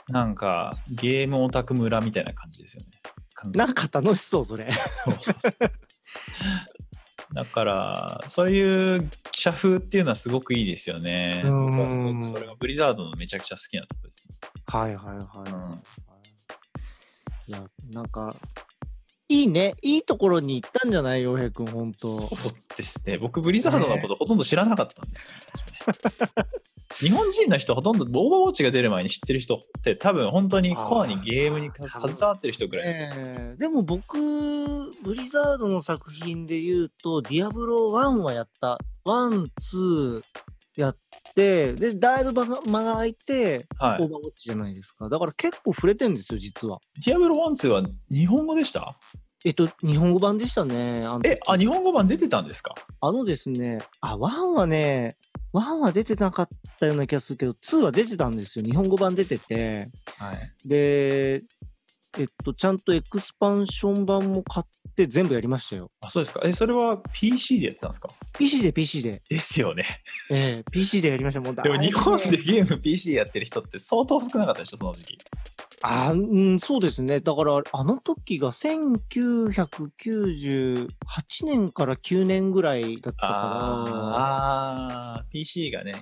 なんかゲームオタク村みたいな感じですよね。感覚なんか楽しそうそれそうそうそうだからそういう社風っていうのはすごくいいですよね。うん僕はすごくそれがブリザードのめちゃくちゃ好きなとこですね。 はいはいはい、うんいやなんかいいねいいところに行ったんじゃない洋平くん本当 そうですね。僕ブリザードのことほとんど知らなかったんですよね。日本人の人ほとんどオーバーウォッチが出る前に知ってる人って多分本当にコアにゲームにあー携わってる人ぐらい、ええでも僕、ブリザードの作品で言うと、ディアブロ1はやった。1、2やって、で、だいぶ間が間が空いて、はオーい、バーウォッチじゃないですか。だから結構触れてんですよ、実は。ディアブロ1-2は日本語でしたえっと、日本語版でしたね。あの時えあ日本語版出てたんですかあのですね、あ、1はね、1は出てなかったような気がするけど、2は出てたんですよ。日本語版出てて。はいで、えっと、ちゃんとエクスパンション版も買って全部やりましたよ。あそうですかえそれは PC でやってたんですか PC で PC で。ですよねええ PC でやりました。もうだいでぶもね日本でゲーム PC やってる人って相当少なかったでしょその時期あうん、そうですね。だから、あの時が1998年から9年ぐらいだったか ああー PC がね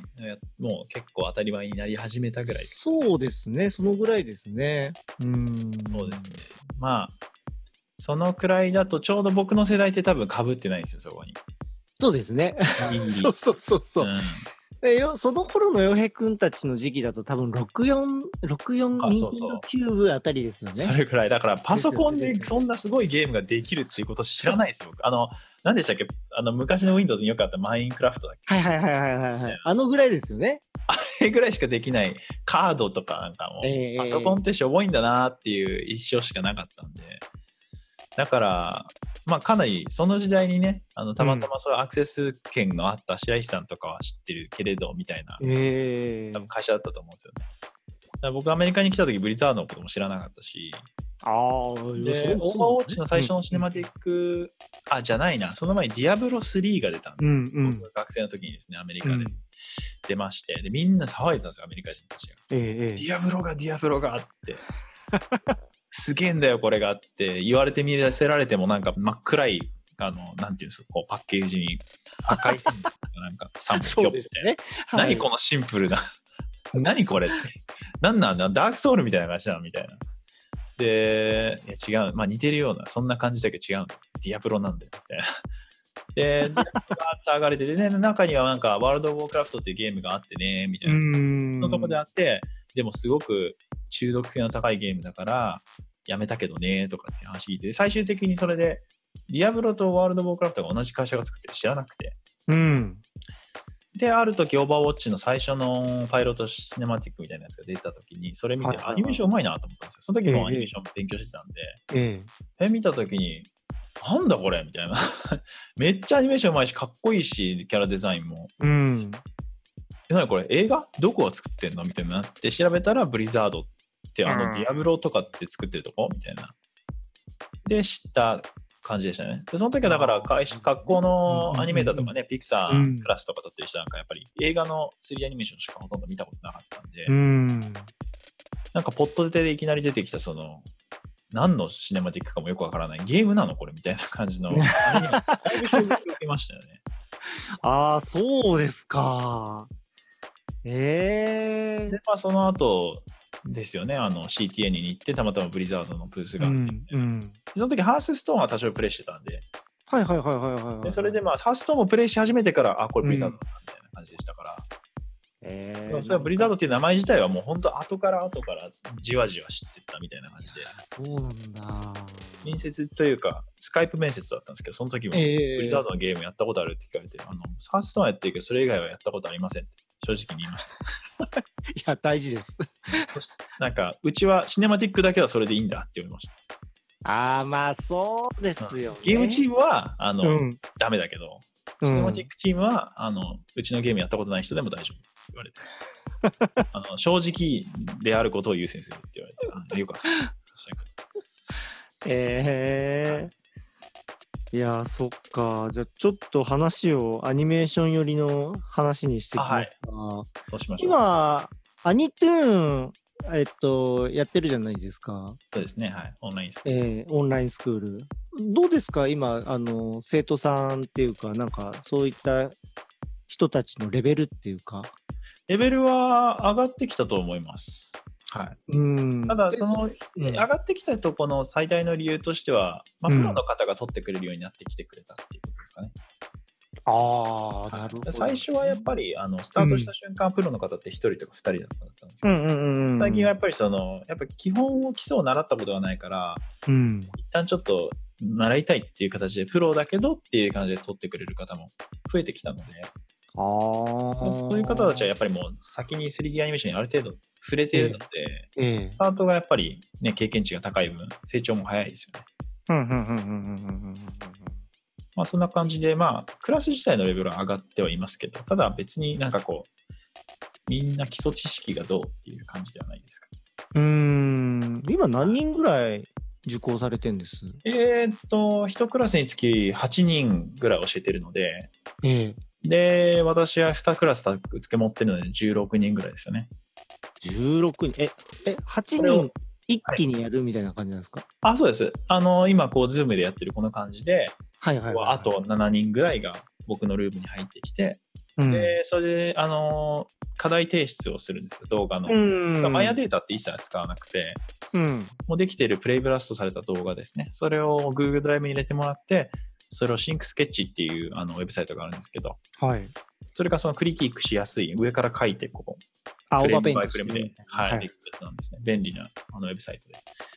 もう結構当たり前になり始めたぐららい。かそうですね。そのぐらいですね。うん。そうですね。まあ、そのくらいだと、ちょうど僕の世代って多分被ってないんですよ、そこに。そうですね。ギリギリそうそうそうそう。うんでよその頃の洋平くんたちの時期だと多分64、64あニンテそうそうンドーキューブあたりですよそね。れくらい。だから、パソコンで ですよねそんなすごいゲームができるっていうこと知らないですよ、僕。あの、何でしたっけあの、昔の Windows によくあったマインクラフトだっけはいはいはいはいはいはい。あのぐらいですよね。それぐらいしかできないカードとかなんかも、ええパソコンってしょぼいんだなっていう一生しかなかったんで、だから、まあ、かなりその時代にね、あのたまたまそういうアクセス権のあった白石さんとかは知ってるけれどみたいな、ええ多分会社だったと思うんですよね。だから僕、アメリカに来た時ブリザードのことも知らなかったし、ああ、そうで、そうオーバーウォッチの最初のシネマティック、あ、じゃないな、その前にディアブロ3が出たんで、うんうん僕。が学生の時にですね、アメリカうでん出まして、で、みんな騒いでたんですよ、アメリカ人たちが。ええええディアブロがディアブロがあって。 すげえんだよこれがあって言われてみせられてもなんか真っ暗いあのなんていうんですかこうパッケージに赤い線とかなんか3そうですね。何このシンプルな 何これって何なんだダークソウルみたいな感じなのみたいなでいや違うまあ似てるようなそんな感じだけど違うのディアブロなんだよみたいなでバーッと上がれてで、ね、中にはなんかワールド・オブ・ウォークラフトっていうゲームがあってねみたいな、んのとこであって、でもすごく中毒性の高いゲームだから、やめたけどねとかって話聞いて、最終的にそれで、ディアブロとワールド・オブ・クラフトが同じ会社が作ってる知らなくて。うん。で、ある時、オーバーウォッチの最初のパイロットシネマティックみたいなやつが出た時に、それ見はいて、はいはいアニメーションうまいなと思ったんですよ。その時もアニメーション勉強してたんで、えええ、見た時に、なんだこれみたいな。 めっちゃアニメーションうまいし、かっこいいし、キャラデザインも。うん。え、なにこれ映画どこが作ってんのみたいになって調べたらブリザードってあうんのディアブロとかって作ってるとこみたいな。で、知った感じでしたね。で、その時はだから会社、学校のアニメーターとかね、ピクサうーんクラスとか撮ってる人なんかやっぱり映画の 3D アニメーションしかほとんど見たことなかったんで、うん。なんかポットでいきなり出てきたその、何のシネマティックかもよくわからないゲームなのこれみたいな感 じの、あれにはだいぶ衝撃を受けましたよね。ああ、そうですか。ええで、まあ、その後ですよね、あの CTA に行って、たまたまブリザードのブースがあうって、ん。うん。その時ハースストーンは多少プレイしてたんで、はいはいはいはいはいはでい。それで、まあ、ハースストーンもプレイし始めてから、あ、これブリザードだなみたいな感じでしたから、えでえもそれはブリザードっていう名前自体はもう本当、後から後からじわじわ知ってったみたいな感じで、そうなんだ。面接というか、スカイプ面接だったんですけど、その時も、えブえリザードのゲームやったことあるって聞かれて、あのハースストーンはやってるけど、それ以外はやったことありませんって正直に言いました。いや、大事です。なんか、うちはシネマティックだけはそれでいいんだって思いました。ああ、まあ、そうですよ、ね。ゲームチームは、あの、うん。ダメだけど、うんシネマティックチームは、あの、うちのゲームやったことない人でも大丈夫って言われて。 あの正直であることを優先するって言われて、あよかった。ええいやー、そっか。じゃあ、ちょっと話をアニメーション寄りの話にしてきますか。そうしましょう。今、アニトゥーン、えっと、やってるじゃないですか。そうですね、はい。オンラインスクールえーオンラインスクール。どうですか今、あの、生徒さんっていうか、なんか、そういった人たちのレベルっていうか。レベルは上がってきたと思います。はい、うん。ただ、その、うん、上がってきたとこの最大の理由としては、まあ、うんプロの方が取ってくれるようになってきてくれたっていうことですかね。ああ、なるほど。最初はやっぱりあのスタートした瞬間、プロの方って1人とか2人だったんですけうど、んうんうん。最近はやっぱりそのやっぱ基本を基礎を習ったことがないからうん。一旦ちょっと習いたいっていう形でプロだけどっていう感じで取ってくれる方も増えてきたのでああ。そういう方たちはやっぱりもう先に 3D アニメーションにある程度触れているので、ええス。タートがやっぱり、ね、経験値が高い分成長も早いですよね。うんうんうんうんうんうんうんうん。まあ、そんな感じで、まあ、クラス自体のレベルは上がってはいますけど、ただ別になんかこう、みんな基礎知識がどうっていう感じではないですか。うーん今何人ぐらい受講されてんですえーっと、1クラスにつき8人ぐらい教えてるので、ええ。で、私は2クラスだけ持ってるので16人ぐらいですよね。 16人。え、え、8これ人を一気にやるみたいな感じなんですかあ、そうです。あの、今、こう、ズームでやってるこの感じで、はいはいはいはい。あと7人ぐらいが僕のルームに入ってきて、うん、で、それで、あの、課題提出をするんですよ、動画の。うん。マヤデータって一切使わなくて、うん。もうできているプレイブラストされた動画ですね。それを Google ドライブに入れてもらって、それをシンクスケッチっていうあのウェブサイトがあるんですけど、はい。それがそのクリックしやすい、上から書いて、ここ、あ、フレオーバームーペインバイトフレーしムてるでみ、たいなはい、はでいき。るやつなんですね。便利なあのウェブサイトで。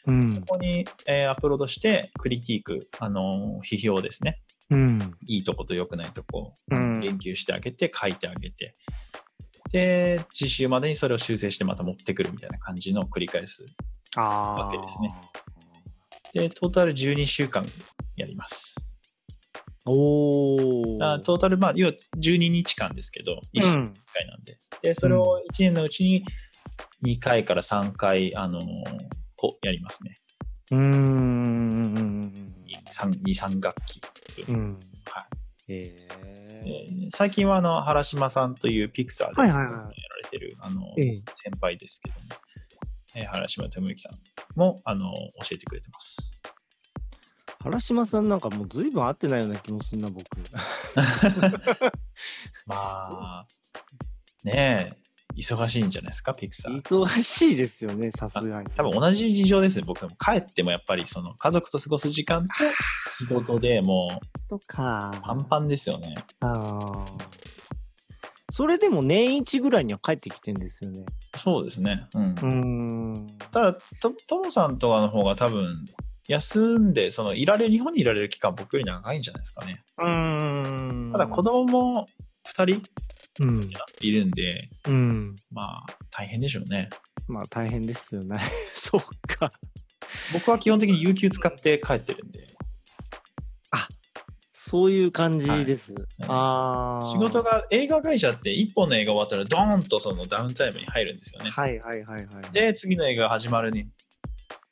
うん。ここに、えーアップロードして、クリティーク、あのー批評ですね。うん。いいとこと良くないとこをうん言及してあげて、書いてあげて、で、次週までにそれを修正してまた持ってくるみたいな感じの繰り返す。ああ。わけですねで、トータル12週間やります。おお。あトータル、まあ、要は12日間ですけど、1週う間ん。なんで。で、それを1年のうちに2回から3回、あのーこうやりますね。うーん。 2、3学期。うん。はへいえ。で最近は、あの、原島さんというピクサーではいやはいらはいれてる、あのええ先輩ですけども、えー原島智之さんも、あの教えてくれてます。原島さんなんかもう随分会ってないような気もすんな、 僕。まあ、ねえ、忙しいんじゃないですか、ピクサー。忙しいですよね、さすがに。多分同じ事情ですね、僕も。帰ってもやっぱりその家族と過ごす時間と仕事でもとか。うパンパンですよね。あーそれでも年一ぐらいには帰ってきてんですよね。そうですね。うん。うーん。ただ、とともさんとかの方が多分、休んで、そのいられ、日本にいられる期間、僕より長いんじゃないですかね。うーんただ、子供も2人うん。いるんで、うん。まあ、大変でしょうね。まあ大変ですよね。 そうか。僕は基本的に有給使って帰ってるんで、そういう感じです。いああ。仕事。が、映画会社って1本の映画終わったら、ドーンとそのダウンタイムに入るんですよね。はいはいはいはい。、で、次の映画が始まるに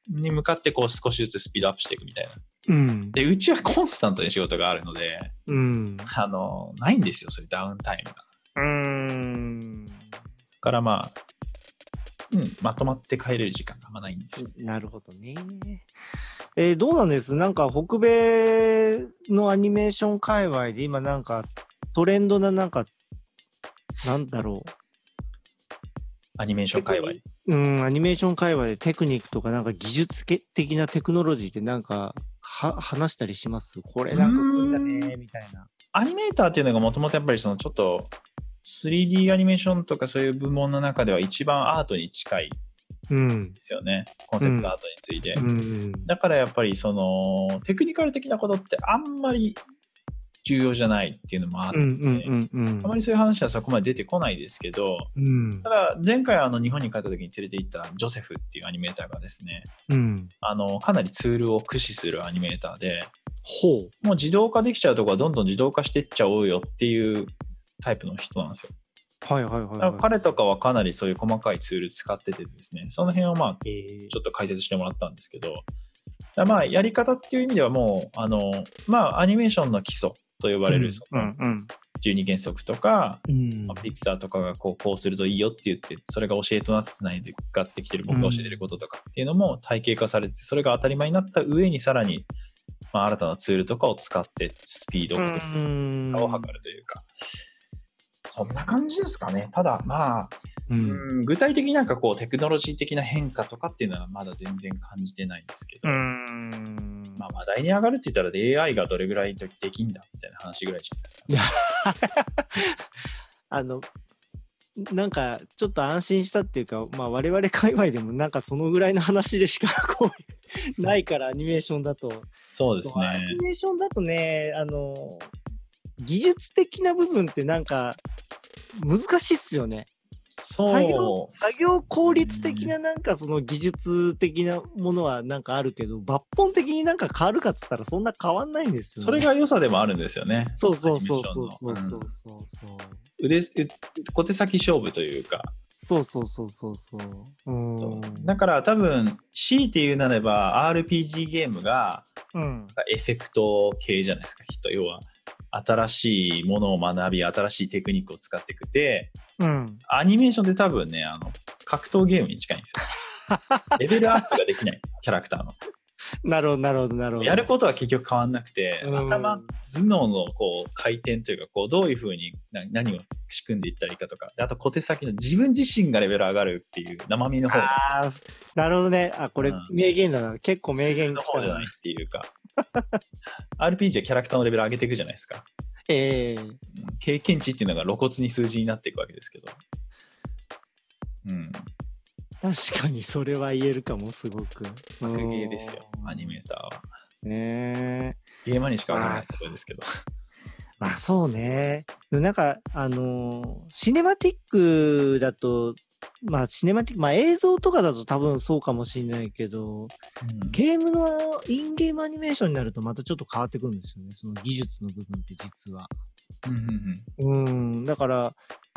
に向かってこう少しずつスピードアップしていくみたいな。うん。で、うちはコンスタントに仕事があるので、うん。あの、ないんですよ、そういうダウンタイムが。だうーん。からまあ、うん、まとまって帰れる時間があんまないんですよ。なるほどね。えーどうなんですなんか北米のアニメーション界隈で今なんかトレンドななんかなんだろアニメーション界隈。ううんアニメーション界隈でテクニックとかなんか技術系的なテクノロジーってなんかは話したりしますこれなんかこれだねみたいな。アニメーターっていうのがもともとやっぱりそのちょっと 3D アニメーションとかそういう部門の中では一番アートに近いでうん。すよね。コンセプトアートについて。うん。だからやっぱりそのテクニカル的なことってあんまり重要じゃないっていうのもあって、うんうんうんうんあまりそういう話はそこまで出てこないですけど、うんただ前回あの日本に帰った時に連れて行ったジョセフっていうアニメーターがですね、うんあのかなりツールを駆使するアニメーターで、ほうもう自動化できちゃうとこはどんどん自動化していっちゃおうよっていうタイプの人なんですよ。はいはいはい、だからはい、彼とかはかなりそういう細かいツール使っててですね、その辺をまあえーちょっと解説してもらったんですけど、だまあやり方っていう意味ではもう、あのまあ、アニメーションの基礎と呼ばれるそうんのうん12原則とか、うんまあピクサーとかがこうこうするといいよって言って、それが教えとなってつないでがってきてる僕が教えてることとかっていうのも体系化されて、それが当たり前になった上にさらに、まあ、新たなツールとかを使ってスピード化うんを図るというか、そんな感じですかね。ただまあ、うんうん具体的になんかこうテクノロジー的な変化とかっていうのはまだ全然感じてないんですけうど、ーん。まあ、あ、話題に上がるって言ったら AI がどれぐらいできんだみたいな話ぐらいじゃないですか。あの、なんかちょっと安心したっていうか、まあ我々界隈でもなんかそのぐらいの話でしかこうないから、アニメーションだと。そうですねア。ニメーションだとね、あの、技術的な部分ってなんか難しいっすよね。作業そう。作業効率的ななんかその技術的なものはなんかあるけど、抜本的になんか変わるかっつったらそんな変わんないんですよね。それが良さでもあるんですよね。そうそうそうそうそうアニメーショそンうのそうそう。腕、う小手先勝負というか。そうそうそうそうそう。うん。だから多分、強いて言うなれば RPG ゲームがうん。エフェクト系じゃないですか、きっと。要は、新しいものを学び、新しいテクニックを使っていくて、うん。アニメーションって多分ね、あの、格闘ゲームに近いんです よ。レベルアップができない、キャラクターの。なるほど、なるほど、なるほど。やることは結局変わんなくて、うん頭、頭脳のこう回転というかこうどういうふうにな何を仕組んでいったらいいかとかであと小手先の自分自身がレベル上がるっていう生身の方ああ、なるほどね。あ、これうん、名言だな。結構名言の来た方じゃないっていうか RPG はキャラクターのレベル上げていくじゃないですかええうん経験値っていうのが露骨に数字になっていくわけですけどうん確かにそれは言えるかも、すごく。格ゲーですようんアニメーターはねえ。ゲーマーにしかわからないところですけどまあ、そうね。でもなんか、あのーシネマティックだと、まあ、シネマティック、まあ、映像とかだと多分そうかもしれないけど、うんゲームのインゲームアニメーションになるとまたちょっと変わってくるんですよね。その技術の部分って実は。うんうんうんうん、だから、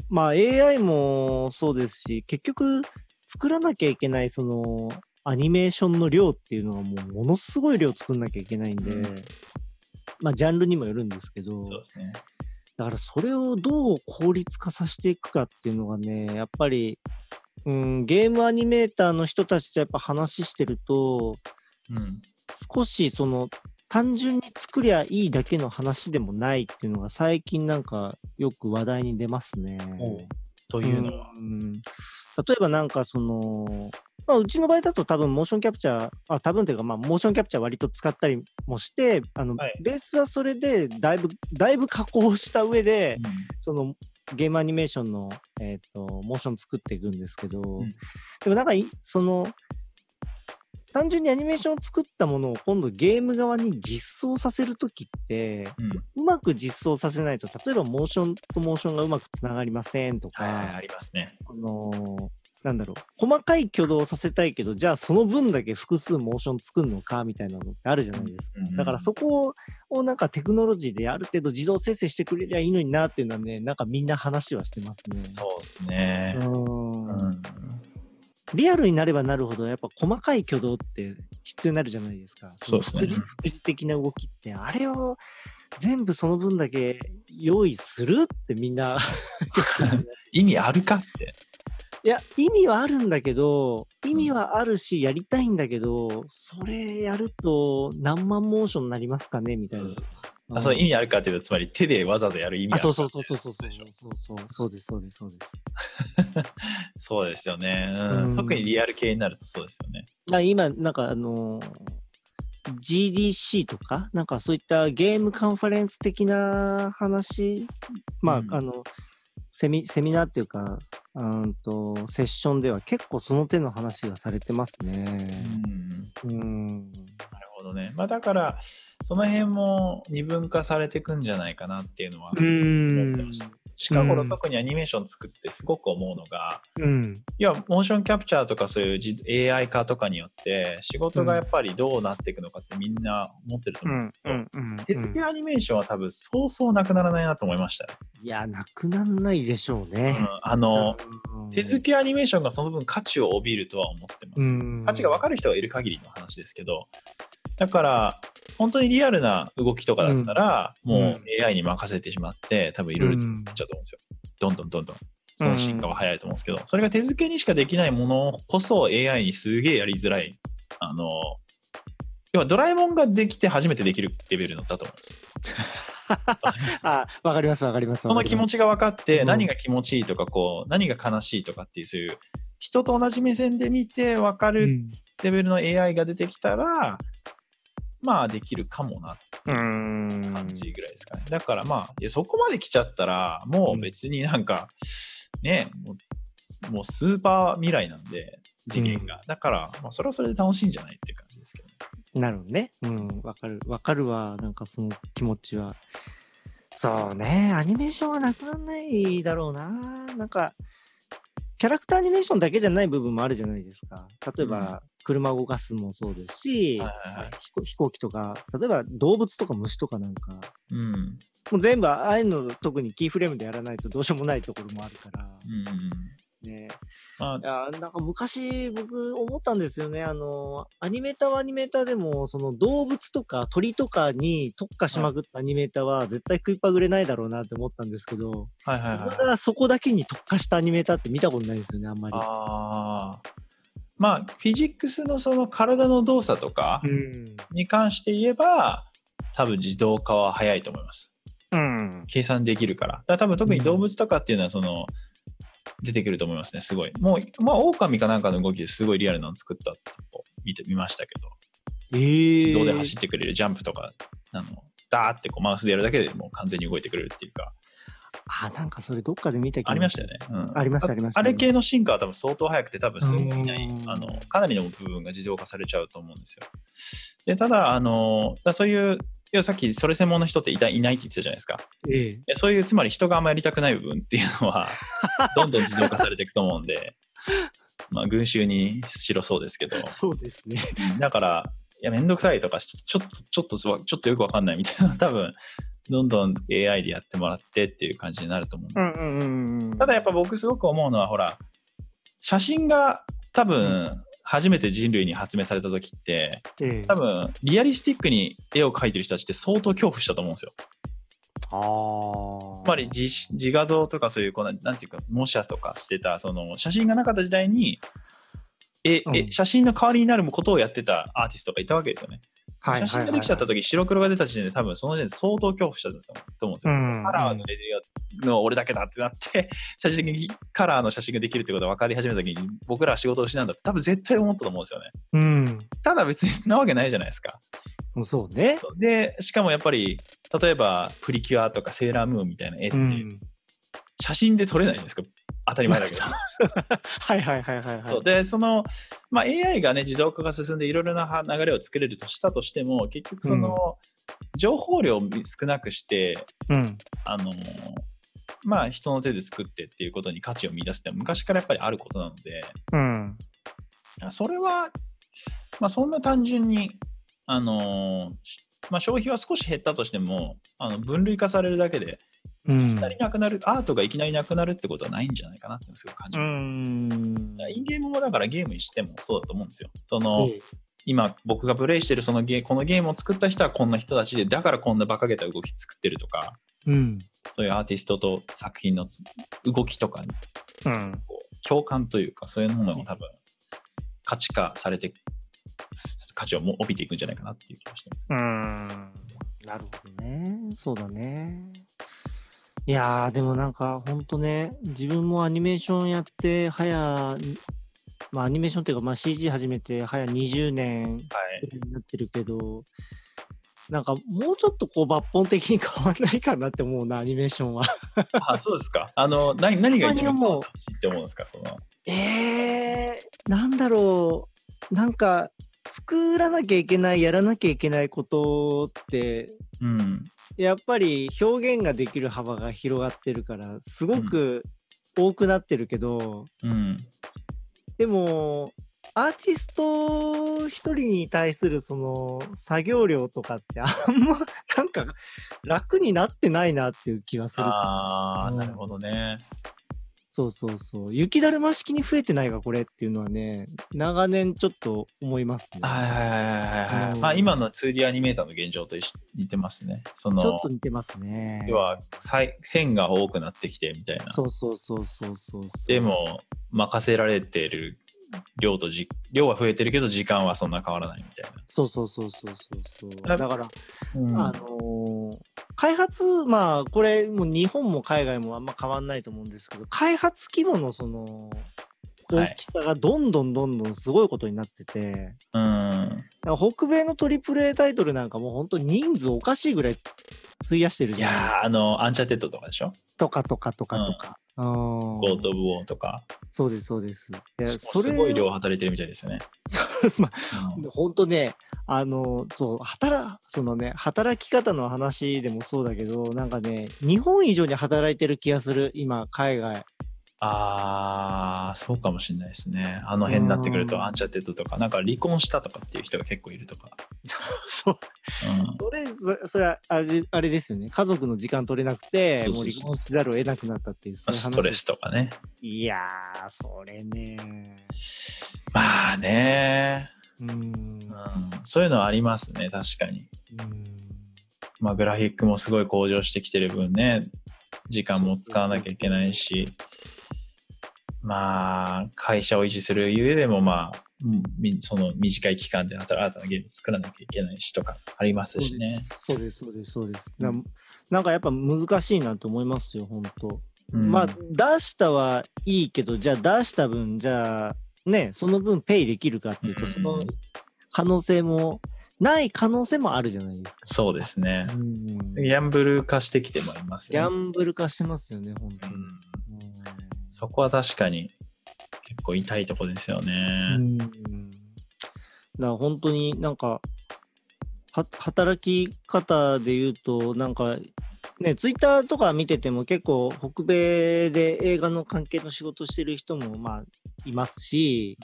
まあ AI もそうですし、結局作らなきゃいけないそのアニメーションの量っていうのはもうものすごい量作んなきゃいけないんで、うんまあジャンルにもよるんですけど、そうですねだからそれをどう効率化させていくかっていうのがね、やっぱり、うん、ゲームアニメーターの人たちとやっぱ話してると、うん少しその単純に作りゃいいだけの話でもないっていうのが最近なんかよく話題に出ますね。おうというのはうん例えばなんかその、まあ、うちの場合だと多分モーションキャプチャーあ多分というかまあモーションキャプチャー割と使ったりもしてあの、はいベースはそれでだいぶだいぶ加工した上で、そのゲームアニメーションの、えー、とモーション作っていくんですけど、んでもなんかいその単純にアニメーションを作ったものを今度ゲーム側に実装させるときってうんうんうまく実装させないと例えばモーションとモーションがうまくつながりませんとか、はいありますねあのーなんだろう細かい挙動をさせたいけどじゃあその分だけ複数モーション作るのかみたいなのってあるじゃないですか。だからそこをなんかテクノロジーである程度自動生成してくれりゃいいのになっていうのはね、なんかみんな話はしてますね。そうですね。うんうんリアルになればなるほど、やっぱ細かい挙動って必要になるじゃないですか。そうですね副次副次的な動きって、あれを全部その分だけ用意するってみんな 意味あるかって。いや、意味はあるんだけど、意味はあるし、やりたいんだけど、それやると何万モーションになりますかねみたいな。あそう意味あるかっていうと、つまり手でわざわざやる意味ああ、るそうそうそうそうそうそうそうそうそうですそうですそうです。そうですよね、うんうん特にリアル系になるとそうですよね。まあ今なんかあのー GDC とかなんかそういったゲームカンファレンス的な話、まあ、うんあのセミセミナーっていうかうーんとセッションでは結構その手の話がされてますうね。んうん。なるほどね。まあ、だから、その辺も二分化されていくんじゃないかなっていうのは、うん近頃うん特にアニメーション作ってすごく思うのが、うん。いや、モーションキャプチャーとかそういう自 AI 化とかによって、仕事がやっぱりどうなっていくのかってみんな思ってるとう思うんんです。けうど、ん。うん手付けアニメーションは多分そうそうなくならないなと思いましたね。いや、なくなんないでしょうね。あの、うん手付けアニメーションがその分価値を帯びるとは思ってます。うん価値が分かる人がいる限りの話ですけど、だから、本当にリアルな動きとかだったら、んもう AI に任せてしまって、多分いろいろやっちゃうと思うんですよ。どんどんどんどん。その進化は早いと思うんですけど、それが手付けにしかできないものこそ AI にすげえやりづらい。あの、要はドラえもんができて初めてできるレベルのだと思うんです。 あ、わかりますわかります。その気持ちが分かってうん何が気持ちいいとかこう何が悲しいとかっていうそういう人と同じ目線で見て分かうるんレベルの AI が出てきたら、まあできるかもなってうーん感じぐらいですかね。だからまあ、いやそこまで来ちゃったら、もう別になんか、ね、もうもうスーパー未来なんで、次元が。だから、まあ、それはそれで楽しいんじゃないっていう感じですけど、ね。なるほどね。うん、わかる。わかるわ。なんかその気持ちは。そうね。アニメーションはなくならないだろうな。なんか、キャラクターアニメーションだけじゃない部分もあるじゃないですか。例えば、車を動かすもそうですし、はいはいはい飛行飛行機とか、例えば動物とか虫とかなんか、うん。うんもう全部ああいうの特にキーフレームでやらないとどうしようもないところもあるから、うん。ね。まあい、やーなんか昔僕思ったんですよねあのアニメーターはアニメーターでもその動物とか鳥とかに特化しまくったアニメーターは絶対食いっぱぐれないだろうなって思ったんですけど、はいはい僕はい。がそこだけに特化したアニメーターって見たことないですよねあんまり。ああ。まあ、フィジックスのその体の動作とかうんに関して言えば、多分自動化は早いと思います。うん計算できるから。だから多分特に動物とかっていうのはその、出てくると思いますね、すごい。もう、まあ、狼かなんかの動きですごいリアルなの作ったってこう見て見ましたけど、え自ー、動で走ってくれるジャンプとか、あの、ダーってこうマウスでやるだけでもう完全に動いてくれるっていうか、あなんかそれどっかで見た気がありましたよね。うんありましたありましたあれ系の進化は多分相当早くて、多分数年以内う、んあの、かなりの部分が自動化されちゃうと思うんですよ。で、ただ、あの、だからそういう、いやさっきそれ専門の人っていたいないって言ってたじゃないですか。ええいやそういうつまり人があんまやりたくない部分っていうの はどんどん自動化されていくと思うんでまあ群衆にしろそうですけどそうですね。だからいやめんどくさいとかちょちょっとちょっとすわちょっとよくわかんないみたいな多分どんどん AI でやってもらってっていう感じになると思うんです、んうんうんただやっぱ僕すごく思うのはほら写真が多分初めて人類に発明された時ってええ多分リアリスティックに絵を描いてる人たちって相当恐怖したと思うんですよあーつまり自自画像とかそういうこうななんていうか模写とかしてたその写真がなかった時代にえ、えうん写真の代わりになることをやってたアーティストがいたわけですよね。はいはいはい写真ができちゃった時白黒が出た時点で多分その時点で相当恐怖したんですよと思うんですよ。うんカラーのレディアの俺だけだってなって 最終的にカラーの写真ができるってことが分かり始めた時に僕らは仕事を失うんだって多分絶対思ったと思うんですよね。うんただ別にそんなわけないじゃないですか。もうそうね。でしかもやっぱり例えばプリキュアとかセーラームーンみたいな絵って、うん写真で撮れないじゃないですか当たり前だけど、はいはいはいはいはい。そうでその、まあ、AI がね自動化が進んでいろいろなは流れを作れるとしたとしても結局その、情報量を少なくしてうん。あのまあ人の手で作ってっていうことに価値を見出すって昔からやっぱりあることなのでうん。それは、まあ、そんな単純にあの、しまあ、消費は少し減ったとしてもあの分類化されるだけでうんいきなりなくなるアートがいきなりなくなるってことはないんじゃないかなってすごく感じうます。んインゲームもだからゲームにしてもそうだと思うんですよ。その、今僕がプレイしてるそのゲーこのゲームを作った人はこんな人たちでだからこんな馬鹿げた動き作ってるとかうん。そういうアーティストと作品のつ動きとかにうん。こう共感というかそういうものが多分価値化されてす価値をも帯びていくんじゃないかなっていう気がしてます。うん。なるほどね。そうだね。いやー、でもなんか、ほんとね、自分もアニメーションやって、早、まあアニメーションっていうか、まあ CG 始めて、早20年はいくらいになってるけど、なんかもうちょっとこう抜本的に変わんないかなって思うな、アニメーションは。あそうですか。あの何何が一番ほんまに思う楽しいって思うんですかそのええなんだろう、なんか、作らなきゃいけない、やらなきゃいけないことって、うんやっぱり表現ができる幅が広がってるから、すごく多くなってるけど、うんでも、アーティスト一人に対するその作業量とかってあんまなんか楽になってないなっていう気がする。ああうんなるほどね。そうそうそう。雪だるま式に増えてないかこれっていうのはね、長年ちょっと思いますね。はいはいはいはいはい。うんまあ今の 2D アニメーターの現状と一緒似てますね。そのちょっと似てますね。要はさい線が多くなってきてみたいな。そうそうそうそうそうそう。で、も任せられてる量とじ量は増えてるけど時間はそんな変わらないみたいそうそうそうそうそうそう。だだから、な。あのー開発、まあ、これ、もう日本も海外もあんま変わんないと思うんですけど、開発規模のその、はい大きさがどんどんどんどんすごいことになってて、うんなんか北米のトリプル A タイトルなんかもう本当人数おかしいぐらい費やしてるいじゃん。やー、あの、アンチャーテッドとかでしょとかとかとかとか。うんゴード・オブ・ウォーとか。そうです、そうです。いや、すそれすごい量働いてるみたいですよね。 まうあ本当ね、あの、そう、働、そのね、働き方の話でもそうだけど、なんかね、日本以上に働いてる気がする、今、海 外。あー、そうかもしれないですね。あの辺になってくるうと、んアンチャーテッドとか、なんか離婚したとかっていう人が結構いるとか。そう。うんそれ、そそれはあれ、あれですよね。家族の時間取れなくて、そうもそうう離そう婚せざるを得なくなったっていう、そういう話ストレスとかね。いやー、それね。まあね、うーん。ううん、そういうのはありますね、確かに。ーんまあ、グラフィックもすごい向上してきてる分ね、時間も使わなきゃいけないし、まあ、会社を維持する上でも、まあ、うんみその短い期間で新たなゲーム作らなきゃいけないしとかありますしね。そうです、そうです、そうです。ななんかやっぱ難しいなと思いますよ、本当。うんまあ、出したはいいけど、じゃあ出した分、じゃあ、ね、その分ペイできるかっていううと、んその可能性も、ない可能性もあるじゃないですか。そうですね。うんギャンブル化してきてもありますギャよね。ンブル化してますよね、本当うに。んそこは確かに結構痛いとこですよね。うんうんだから本当になんか、は働き方で言うと、なんか、ね、ツイッターとか見てても結構北米で映画の関係の仕事してる人もまあいますし、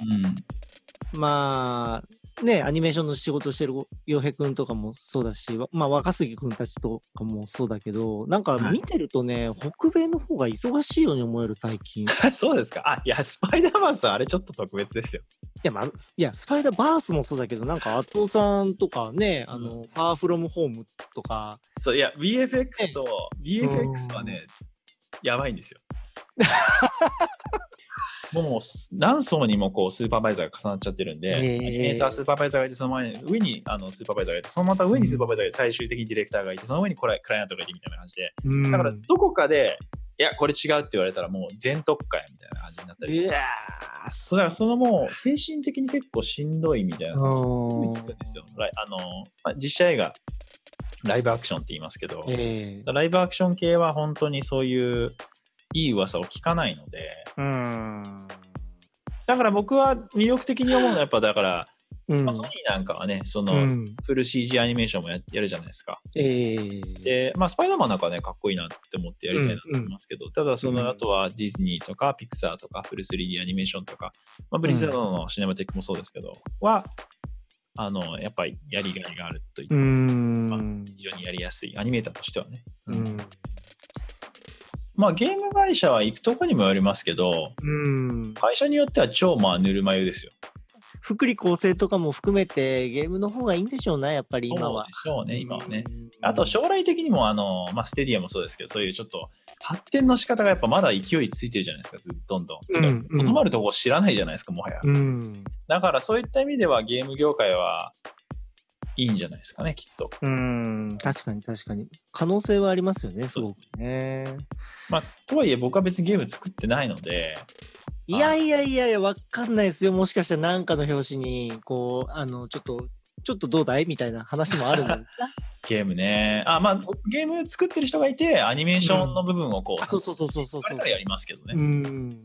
うんまあ、ね、アニメーションの仕事してる洋平くんとかもそうだし、わまあ、若杉くんたちとかもそうだけど、なんか見てるとね、北米の方が忙しいように思える、最近。いそうですか。あ、いや、スパイダーマンさん、あれちょっと特別ですよ。や、まあ、いや、スパイダーバースもそうだけど、なんか、アトさんとかね、あの、パワーフロムホームとか、そう、いや、BFX と、BFX はね、やばいんで すよ。もうす何層にもこうスーパーバイザーが重なっちゃってるんで、えーアニメータースーパーバイザーがいて、その前に上にあのスーパーバイザーがいて、そのまた上にスーパーバイザーがいて、最終的にディレクターがいて、その上にこれクライアントがいてみたいな感じで、うんだからどこかで、いや、これ違うって言われたらもう全特会みたいな感じになったりいとか、やそうだからそのもう精神的に結構しんどいみたいなー、聞くんですよ。ライあの、まあ、実写映画、ライブアクションって言いますけど、ええライブアクション系は本当にそういういい噂を聞かないので、うん。だから僕は魅力的に思うのはやっぱだから、うんまあ、ソニーなんかはね、その、うんフル CG アニメーションもややるじゃないですか。ええで、まあ、スパイダーマンなんかはね、かっこいいなって思ってやりたいなと思いますけど、ただ、そうんの、あとはディズニーとか、ピクサーとか、フル 3D アニメーションとか、まあ、ブリザードのシネマティックもそうですけど、は、あの、やっぱりやりがいがあると言って、うん。まあ非常にやりやすい、アニメーターとしてはね。うん。まあ、ゲーム会社は行くとこにもよりますけど、うん。会社によっては超、まあ、ぬるま湯ですよ。福利厚生とかも含めてゲームの方がいいんでしょうね、やっぱり今は。そうでしょうね、今はね。うん。あと将来的にもあの、まあ、ステディアもそうですけどそういうちょっと発展の仕方がやっぱまだ勢いついてるじゃないですかずっとどんどん。うんてかとどまるとこ知らないじゃないですかもはや。うん。だからそういった意味ではゲーム業界はいいんじゃないですかねきっと。うん。確かに確かに。可能性はありますよね、すごくね。まあ、とはいえ僕は別にゲーム作ってないのでいやいやいやいや、わかんないですよ。もしかしたら何かの表紙に、こう、あの、ちょっと、ちょっとどうだいみたいな話もあ るの。ゲームねあまあゲーム作ってる人がいてアニメーションの部分をこう、あそうそうそうそうそうそ彼うら。やりますけどね、うん。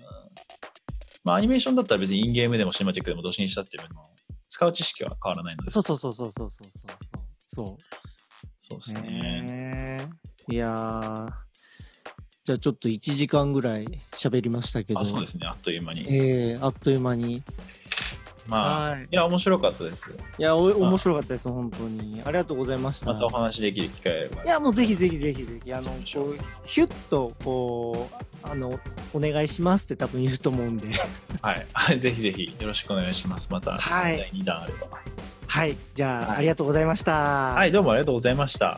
まあ、アニメーションだったら別にインゲームでもシネマチックでもどっちにしたっていうのも使う知識は変わらないのでそうそうそうそうそうそうそう。そう。そうですね。ねえいやーじゃあちょっと1時間ぐらい喋りましたけどあそうですねあっという間に。えーあっという間にまあいいや、面白かったです。いやお面白かったです本当にありがとうございましたまたお話できる機会があれば。いやもうぜひぜひぜひぜひあのこしましょううヒュッとこうあのお願いしますって多分言うと思うんで はい。ぜひぜひよろしくお願いします。また、はい第2弾あれば。はいじゃあ、はいありがとうございましたはい、どうもありがとうございました。